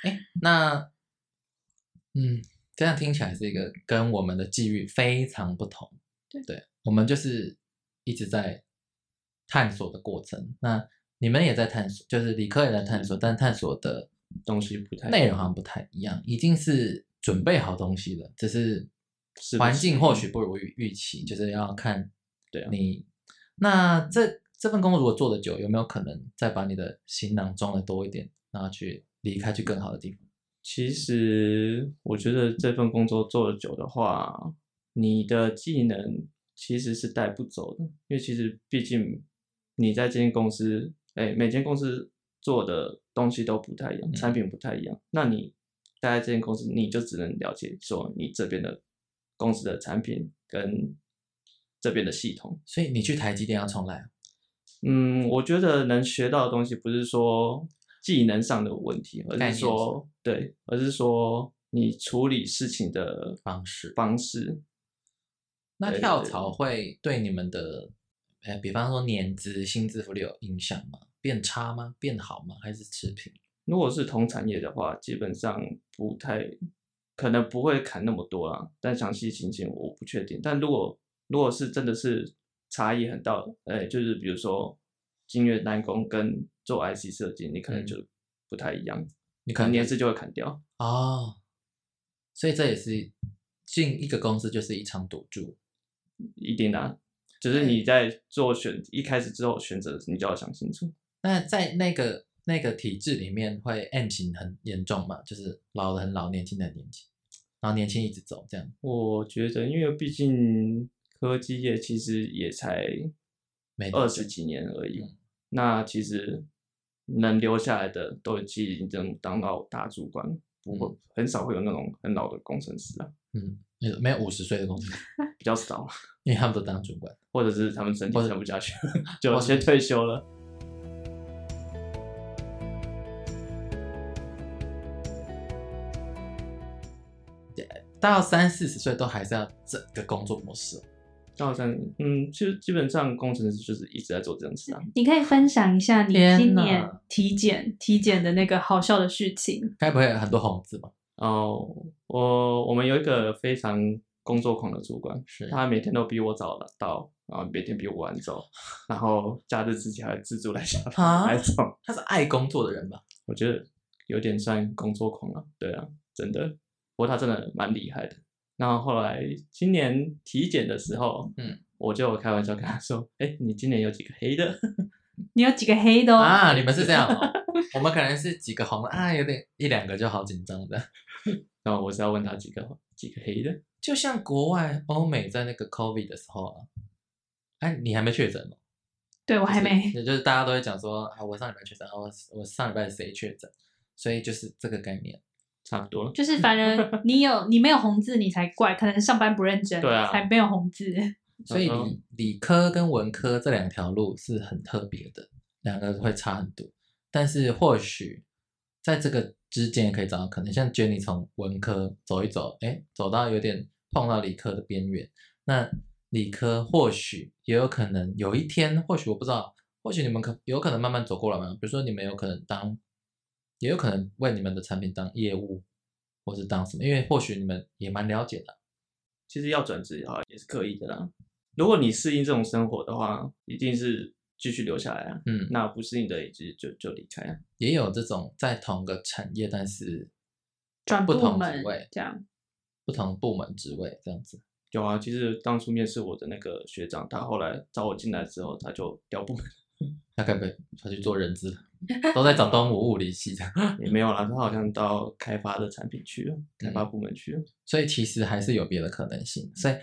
A: 哎，那，嗯，这样听起来是一个跟我们的际遇非常不同。
B: 对
A: 我们就是一直在探索的过程。那你们也在探索，就是理科也在探索，但探索的
C: 嗯东西不太
A: 内容好像不太一样，已经是准备好东西了，只是
C: 是不
A: 环
C: 是
A: 境或许不如预预期，就是要看
C: 对啊，
A: 你那这这份工作如果做得久，有没有可能再把你的行囊装的多一点，然后去离开去更好的地方？
C: 其实我觉得这份工作做得久的话，你的技能其实是带不走的，因为其实毕竟你在这间公司，哎，每间公司做的东西都不太一样，产品不太一样。那你待在这间公司，你就只能了解说你这边的公司的产品跟这边的系统。
A: 所以你去台积电要重来啊，
C: 嗯，我觉得能学到的东西不是说技能上的问题，
A: 概
C: 而
A: 念
C: 是
A: 是
C: 说对，而是说你处理事情的
A: 方式
C: 方式。
A: 那
C: 对
A: 跳
C: 对
A: 槽会对你们的，呃，比方说年资、薪资福利有影响吗？变差吗？变好吗？还是持平？
C: 如果是同产业的话，基本上不太可能不会砍那么多啦，但详细情形我不确定。但如果如果是真的是差异很大，呃，就是比如说金月单工跟做 IC 设计，你可能
A: 嗯
C: 就不太一样，
A: 你可
C: 可
A: 能
C: 能年
A: 就
C: 资就会砍掉。
A: 哦，所以这也是进一个公司就是一场赌注。
C: 一定的、啊，只是你在做选一开始之后选择，你就要想清楚。
A: 那在那个那个体制里面会 M 型很严重嘛，就是老的很老，年轻的很年轻，然后年轻一直走这样。
C: 我觉得，因为毕竟科技业其实也才
A: 没多
C: 二
A: 久
C: 十几年而已
A: 嗯，
C: 那其实能留下来的都其实已经当到大主管，不会、很少会有那种很老的工程师啊，
A: 嗯，没有没有五十岁的公司，
C: 比较少，
A: 因为他们都当主管。
C: 或者是他们身体
A: 或者
C: 撑不下去，就
A: 或者
C: 先退休了。
A: 到三四十岁都还是要整个工作模式哦。
C: 那好像，嗯，其实基本上工程师就是一直在做这件事啊。
B: 你可以分享一下你今
A: 天哪
B: 年体检体检的那个好笑的事情。
A: 该不会有很多红字吧？
C: 然后哦我我们有一个非常工作狂的主管，
A: 是
C: 他每天都比我早到，然后每天比我晚走，然后假日自己还自助来下班
A: 啊
C: 来种，
A: 他是爱工作的人吧？
C: 我觉得有点算工作狂了、对啊，真的，不过他真的蛮厉害的。然后后来今年体检的时候，
A: 嗯，
C: 我就有开玩笑跟他说：“哎，你今年有几个黑的？”
B: 你有几个黑的哦？
A: 啊，你们是这样 哦。我们可能是几个红的啊，有点一两个就好紧张的。
C: 然后我是要问他几个几个黑的，
A: 就像国外欧美在那个 COVID 的时候啊，哎，你还没确诊吗？
B: 对我还没。
A: 也就是大家都会讲说啊，我上礼拜确诊，啊我我上礼拜谁确诊，所以就是这个概念。
C: 差不多了。
B: 就是 反正你有你没有红字你才怪，可能上班不认真，
C: 对啊
B: 才没有红字。
A: 所以
C: 嗯
A: 理理科跟文科这两条路是很特别的，两个会差很多。但是或许在这个之间也可以找到可能，像 Jenny 从文科走一走，哎，走到有点碰到理科的边缘。那理科或许也有可能有一天，或许我不知道，或许你们可有可能慢慢走过来嘛。比如说你们有可能当，也有可能为你们的产品当业务，或是当什么，因为或许你们也蛮了解的。
C: 其实要转职啊，也是刻意的啦。如果你适应这种生活的话，一定是继续留下来啊。
A: 嗯，
C: 那不适应的，也就就就离开啊。
A: 也有这种在同个产业，但是
B: 转
A: 不
B: 部
A: 同
B: 门
A: 职位、
B: 这样，
A: 不同部门职位这样子。
C: 有啊，其实当初面试我的那个学长，他后来找我进来之后，他就调部门，
A: 他该不会跑去做人资 了，都在找东吴物理系的，
C: 也没有啦，他好像到开发的产品去了，开
A: 嗯
C: 发部门去了。
A: 所以其实还是有别的可能性。所以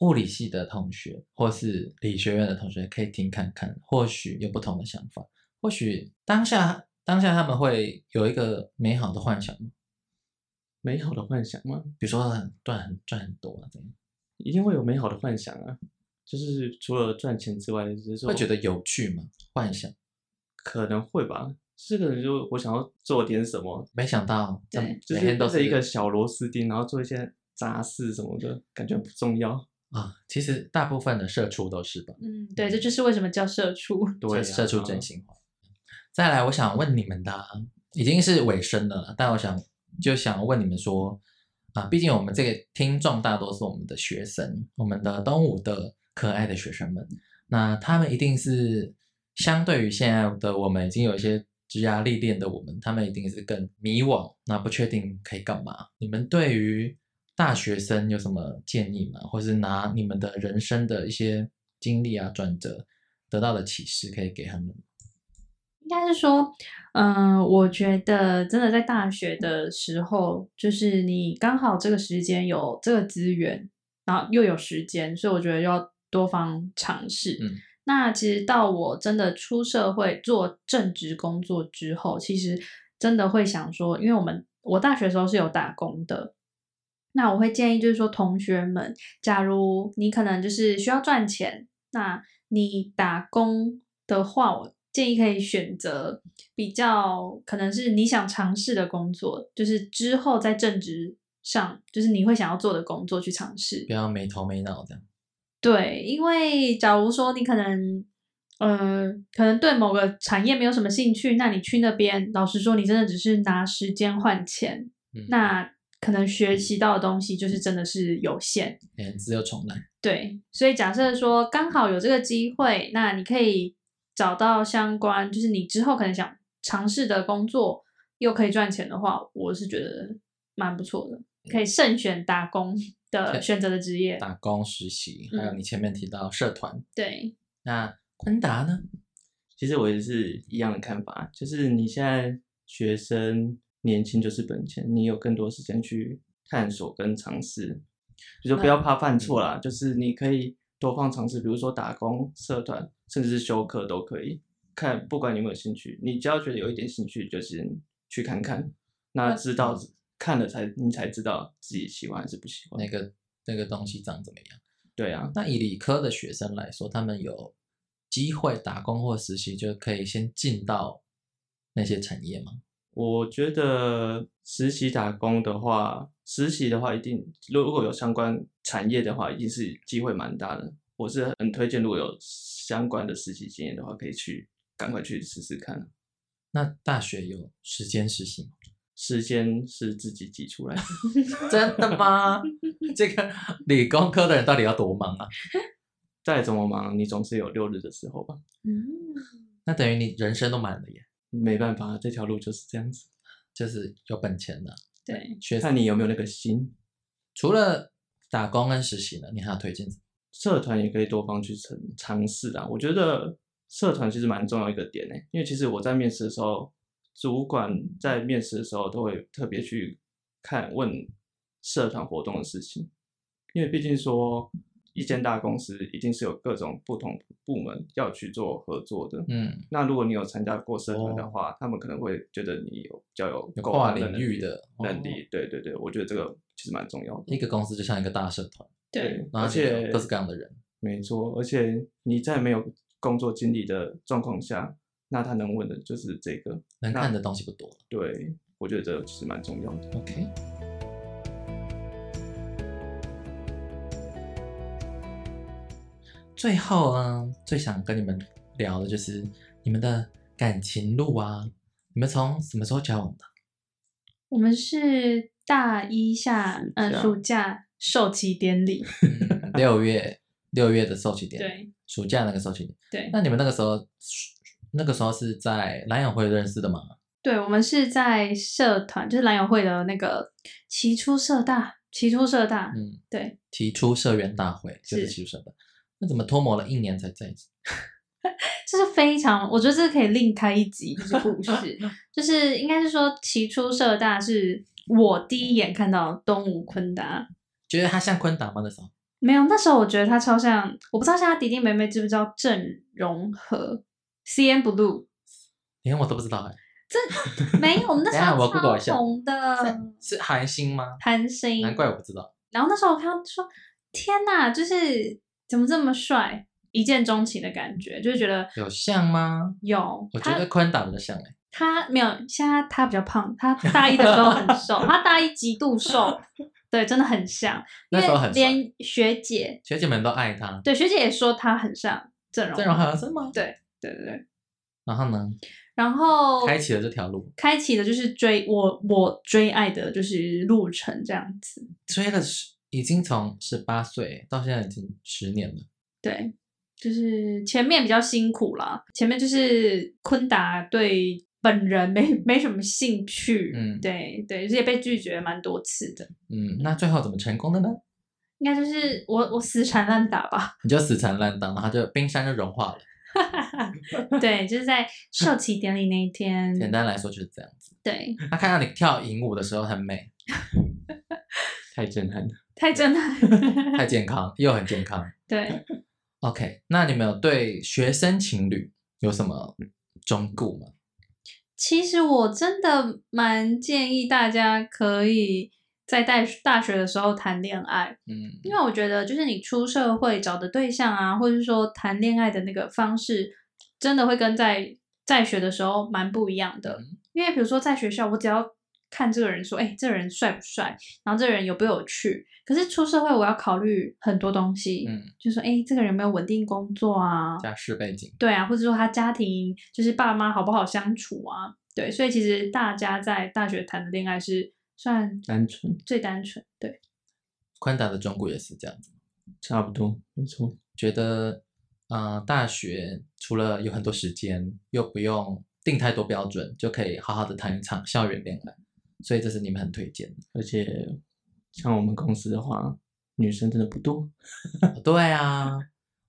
A: 物理系的同学或是理学院的同学可以听看看，或许有不同的想法，或许当下当下他们会有一个美好的幻想，比
C: 美好的幻想吗？
A: 如说很赚很赚很多啊，这样
C: 一定会有美好的幻想啊。就是除了赚钱之外，就是说
A: 会觉得有趣吗？幻想，
C: 可能会吧。这个人就我想要做点什么，
A: 没想到这
B: 对
C: 就
A: 每
C: 是
A: 天
C: 都
A: 都
C: 是一个小螺丝钉，然后做一些杂事什么的，感觉不重要。
A: 啊，其实大部分的社畜都是吧。
B: 嗯，对，这就是为什么叫社畜。
C: 啊
A: 对，啊社畜真心话。再来，我想问你们的、啊，已经是尾声了，但我想就想问你们说，啊，毕竟我们这个听众大多是我们的学生，我们的东吴的可爱的学生们，那他们一定是相对于现在的我们已经有一些职涯历练的我们，他们一定是更迷惘，那不确定可以干嘛。你们对于大学生有什么建议吗？或是拿你们的人生的一些经历啊、转折得到的启示，可以给他们？
B: 应该是说，嗯、我觉得真的在大学的时候，就是你刚好这个时间有这个资源，然后又有时间，所以我觉得要多方尝试。
A: 嗯，
B: 那其实到我真的出社会做正职工作之后，其实真的会想说，因为我们我大学的时候是有打工的。那我会建议，就是说，同学们，假如你可能就是需要赚钱，那你打工的话，我建议可以选择比较可能是你想尝试的工作，就是之后在正职上，就是你会想要做的工作去尝试
A: 不。要没头没脑这样。
B: 对，因为假如说你可能，呃，可能对某个产业没有什么兴趣，那你去那边，老实说，你真的只是拿时间换钱，
A: 嗯，
B: 那可能学习到的东西就是真的是有限。
A: 言之又嗯重来。
B: 对，所以假设说刚好有这个机会，那你可以找到相关，就是你之后可能想尝试的工作，又可以赚钱的话，我是觉得蛮不错的，可以慎选打工的
A: 对
B: 选择的职业。
A: 打工实习，还有
B: 嗯
A: 你前面提到社团，
B: 对，
A: 那昆达呢？
C: 其实我也是一样的看法，就是你现在学生年轻就是本钱，你有更多时间去探索跟尝试，就说不要怕犯
A: 嗯
C: 错啦，就是你可以多方尝试，比如说打工、社团，甚至是修课都可以。看，不管你有没有兴趣，你只要觉得有一点兴趣，就先去看看。那知
A: 嗯
C: 道看了才你才知道自己喜欢还是不喜欢。
A: 那个那个东西长怎么样。
C: 对啊，
A: 那以理科的学生来说，他们有机会打工或实习，就可以先进到那些产业吗？
C: 我觉得实习打工的话，实习的话一定如果有相关产业的话，一定是机会蛮大的。我是很推荐，如果有相关的实习经验的话，可以去赶快去试试看。
A: 那大学有时间实习吗？
C: 时间是自己挤出来的，
A: 真的吗？ 这个理工科的人到底要多忙啊？
C: 再怎么忙，你总是有六日的时候吧？
B: 嗯，
A: 那等于你人生都满了耶，
C: 没办法，这条路就是这样子，
A: 就是有本钱的。
B: 对，
A: 学
C: 看你有没有那个心。
A: 除了打工跟实习呢，你还要推荐什么？
C: 社团也可以多方去尝尝试啦。我觉得社团其实蛮重要一个点诶、因为其实我在面试的时候，主管在面试的时候都会特别去看问社团活动的事情，因为毕竟说一间大公司一定是有各种不同部门要去做合作的。
A: 嗯，
C: 那如果你有参加过社团的话，他们可能会觉得你有比较有
A: 哦有
C: 沟
A: 跨
C: 通的
A: 领
C: 能
A: 域
C: 力
A: 的
C: 能
A: 哦
C: 力，对对对，我觉得这个其实蛮重要的。
A: 一个公司就像一个大社团，
B: 对，
A: 然后
C: 而
A: 里面有
C: 且
A: 各式各样的人，
C: 没错，而且你在没有工作经历的状况下，那他能问的就是这个。
A: 能看的东西不多了。
C: 对，我觉得这其实蛮重要的。
A: OK，最后啊，最想跟你们聊的就是你们的感情路啊，你们从什么时候交往的？
B: 我们是大一下，嗯、
C: 暑假
B: 暑假授旗典礼，
A: 嗯六月六月的受气点，，
B: 对
A: 暑假那个受气点。
B: 对
A: 那你们那个时候，那个时候是在蓝友会认识的吗？
B: 对，我们是在社团，就是蓝友会的那个起初社大，起初社大，
A: 嗯，
B: 对，
A: 提出社员大会就是
B: 是
A: 提出社的，那怎么拖磨了一年才在一起？
B: 这是非常，我觉得这可以另开一集，就是 故事，就是应该是说起初社大是我第一眼看到东吴昆达，
A: 觉得他像坤达吗？那时候
B: 没有，那时候我觉得他超像，我不知道现在弟弟妹妹知不知道郑容和 C N Blue，
A: 连我都不知道哎、
B: 没有，那时
A: 等一下我
B: 候
A: 要 Google 一下
B: 超红的
A: 是韩星吗？
B: 嗯韩星，
A: 难怪我不知道。
B: 然后那时候我看到说，天哪，就是怎么这么帅，一见钟情的感觉，就是觉得
A: 有像吗？
B: 有
A: 我觉
B: 他
A: 得坤达比较像哎、
B: 他没有，现在他比较胖，他大一的时候很瘦，他大一极度瘦，对，真的很像，因
A: 那时候
B: 为
A: 很帅
B: 连学姐
A: 学姐们都爱他。
B: 对学姐也说他很像郑容，
A: 郑容和是吗？
B: 对对对，
A: 然后呢，
B: 然后
A: 开启了这条路，
B: 开启的就是追我我追爱的就是路程这样子，
A: 追了十，已经从十八岁到现在已经十年了。
B: 对，就是前面比较辛苦啦，前面就是昆达对本人没 没什么兴趣，
A: 嗯
B: 对对，就是也被拒绝蛮多次的，
A: 嗯，那最后怎么成功的呢？
B: 应该就是我我死缠烂打吧，
A: 你就死缠烂打，然后就冰山就融化了。
B: 对，就是在授旗典礼那一天，
A: 简单来说就是这样子。
B: 对，
A: 他看到你跳银舞的时候很美，
C: 太震撼了。
B: 太震撼，
A: 太健康又很健康。
B: 对，
A: OK，那你们有对学生情侣有什么忠告吗？
B: 其实我真的蛮建议大家可以在大大学的时候谈恋爱。
A: 嗯，
B: 因为我觉得，就是你出社会找的对象啊，或者是说谈恋爱的那个方式，真的会跟在在学的时候蛮不一样的。
A: 嗯
B: 因为比如说在学校，我只要看这个人说，哎、这个人帅不帅，然后这个人有不有趣。可是出社会，我要考虑很多东西，
A: 嗯，
B: 就说，哎、这个人有没有稳定工作啊？
A: 家世背景，
B: 对啊，或者说他家庭就是爸妈好不好相处啊？对，所以其实大家在大学谈的恋爱是算
C: 单纯，
B: 最单纯，对。
A: 宽达的忠告也是这样子，
C: 差不多，没错。
A: 觉得呃，大学除了有很多时间，又不用定太多标准，就可以好好的谈一场校园恋爱，所以这是你们很推荐的。
C: 而且像我们公司的话，女生真的
A: 哦
C: 不多，
A: 对啊，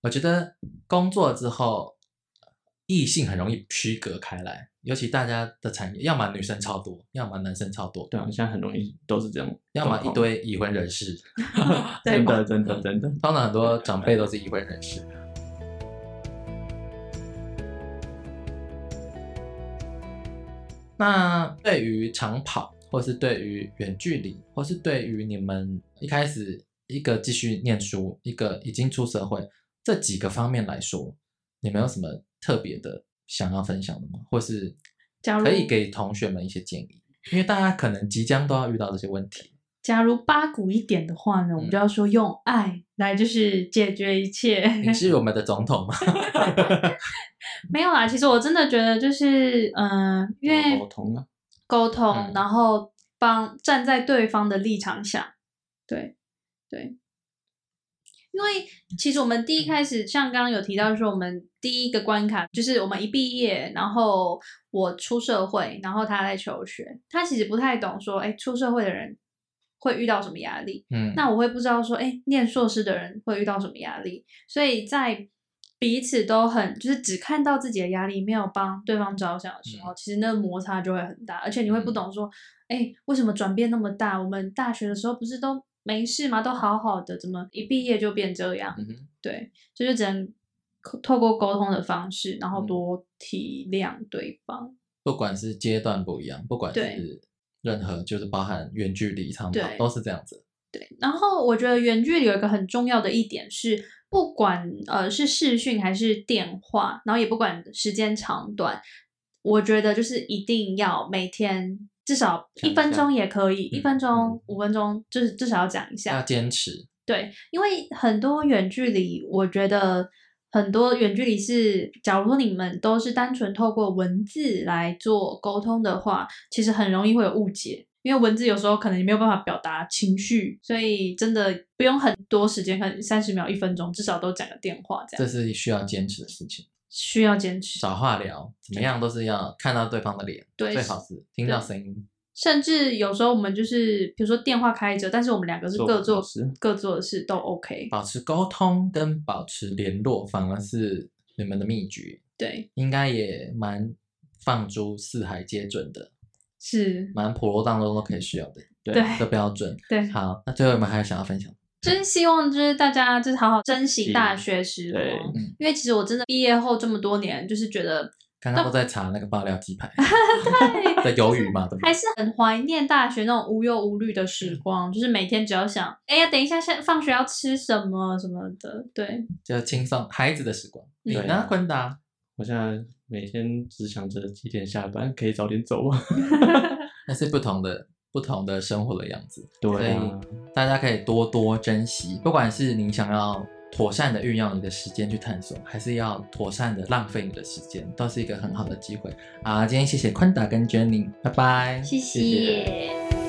A: 我觉得工作之后异性很容易区隔开来，尤其大家的产业，要么女生超多，要么男生超多，
C: 对啊，现在很容易都是这样，
A: 要么一堆已婚人士，
B: 对
A: 啊
C: 真的真的真的，
A: 通常很多长辈都是已婚人士。那对于长跑，或是对于远距离，或是对于你们一开始一个继续念书，一个已经出社会这几个方面来说，你们有什么特别的想要分享的吗？或是
B: 假如
A: 可以给同学们一些建议，因为大家可能即将都要遇到这些问 题。
B: 假如八股一点的话呢，我们就要说用爱来就是解决一切。
A: 你是我们的总统吗？
B: 没有啦，其实我真的觉得就是，嗯、因为
C: 沟通啊，
B: 沟通，
A: 嗯
B: 然后帮站在对方的立场想，对对。因为其实我们第一开始，像刚刚有提到说，我们第一个关卡就是我们一毕业，然后我出社会，然后他在求学，他其实不太懂说，哎，出社会的人会遇到什么压力，
A: 嗯，
B: 那我会不知道说，哎，念硕士的人会遇到什么压力，所以在彼此都很就是只看到自己的压力，没有帮对方着想的
A: 嗯
B: 时候，其实那个摩擦就会很大，而且你会不懂说，哎，为什么转变那么大？我们大学的时候不是都没事吗？都好好的，怎么一毕业就变这样？
A: 嗯哼
B: 对，这就只能透透过沟通的方式，然后
A: 嗯
B: 多体谅对方。
A: 不管是阶段不一样，不管
B: 对
A: 是任何，就是包含远距离长跑
B: 对
A: 都是这样子。
B: 对，然后我觉得远距离有一个很重要的一点是，不管呃是视讯还是电话，然后也不管时间长短，我觉得就是一定要每天至少
C: 讲
B: 一
C: 一
B: 分
C: 下
B: 钟也可以，一
A: 嗯
B: 分钟
C: 嗯、
B: 五分钟，就是至少要讲一下。
A: 要坚持，
B: 对，因为很多远距离，我觉得很多远距离是，假如说你们都是单纯透过文字来做沟通的话，其实很容易会有误解，因为文字有时候可能你没有办法表达情绪，所以真的不用很多时间，可能三十秒、一分钟，至少都讲个电话这
A: 这
B: 样，
A: 是需要坚持的事情。
B: 需要坚持。
A: 找话聊，怎么样都是要看到对方的脸，
B: 对
A: 最好是听到声音。
B: 甚至有时候我们就是，比如说电话开着，但是我们两个是
C: 做
B: 各
C: 不
B: 做
C: 同事
B: 各做的事都 OK。
A: 保持沟通跟保持联络，反而是你们的秘诀，
B: 对，
A: 应该也蛮放诸四海皆准的，
B: 是，
A: 蛮普罗大众都可以使用的
B: 对
A: 的标准。
B: 对。
A: 好，那最后有没有还有想要分享？
B: 真希望就是大家就是好好珍惜大学时光
C: 对，
A: 嗯
B: 因为其实我真的毕业后这么多年，就是觉得
A: 刚刚都在查那个爆料鸡 排的鱿鱼嘛，对不对
B: 还？是很怀念大学那种无忧无虑的时光，就是每天只要想，哎呀，等一下下放学要吃什么什么的，对，
A: 就轻松孩子的时光。你
C: 对
A: 呢，坤达？
C: 我现在每天只想着几点下班，可以早点走啊，
A: 那是不同的不同的生活的样子，
C: 对啊，
A: 大家可以多多珍惜。不管是你想要妥善的运用你的时间去探索，还是要妥善的浪费你的时间，都是一个很好的机会啊！今天谢谢坤达跟 Jenny，拜拜，
B: 谢
A: 谢
B: 谢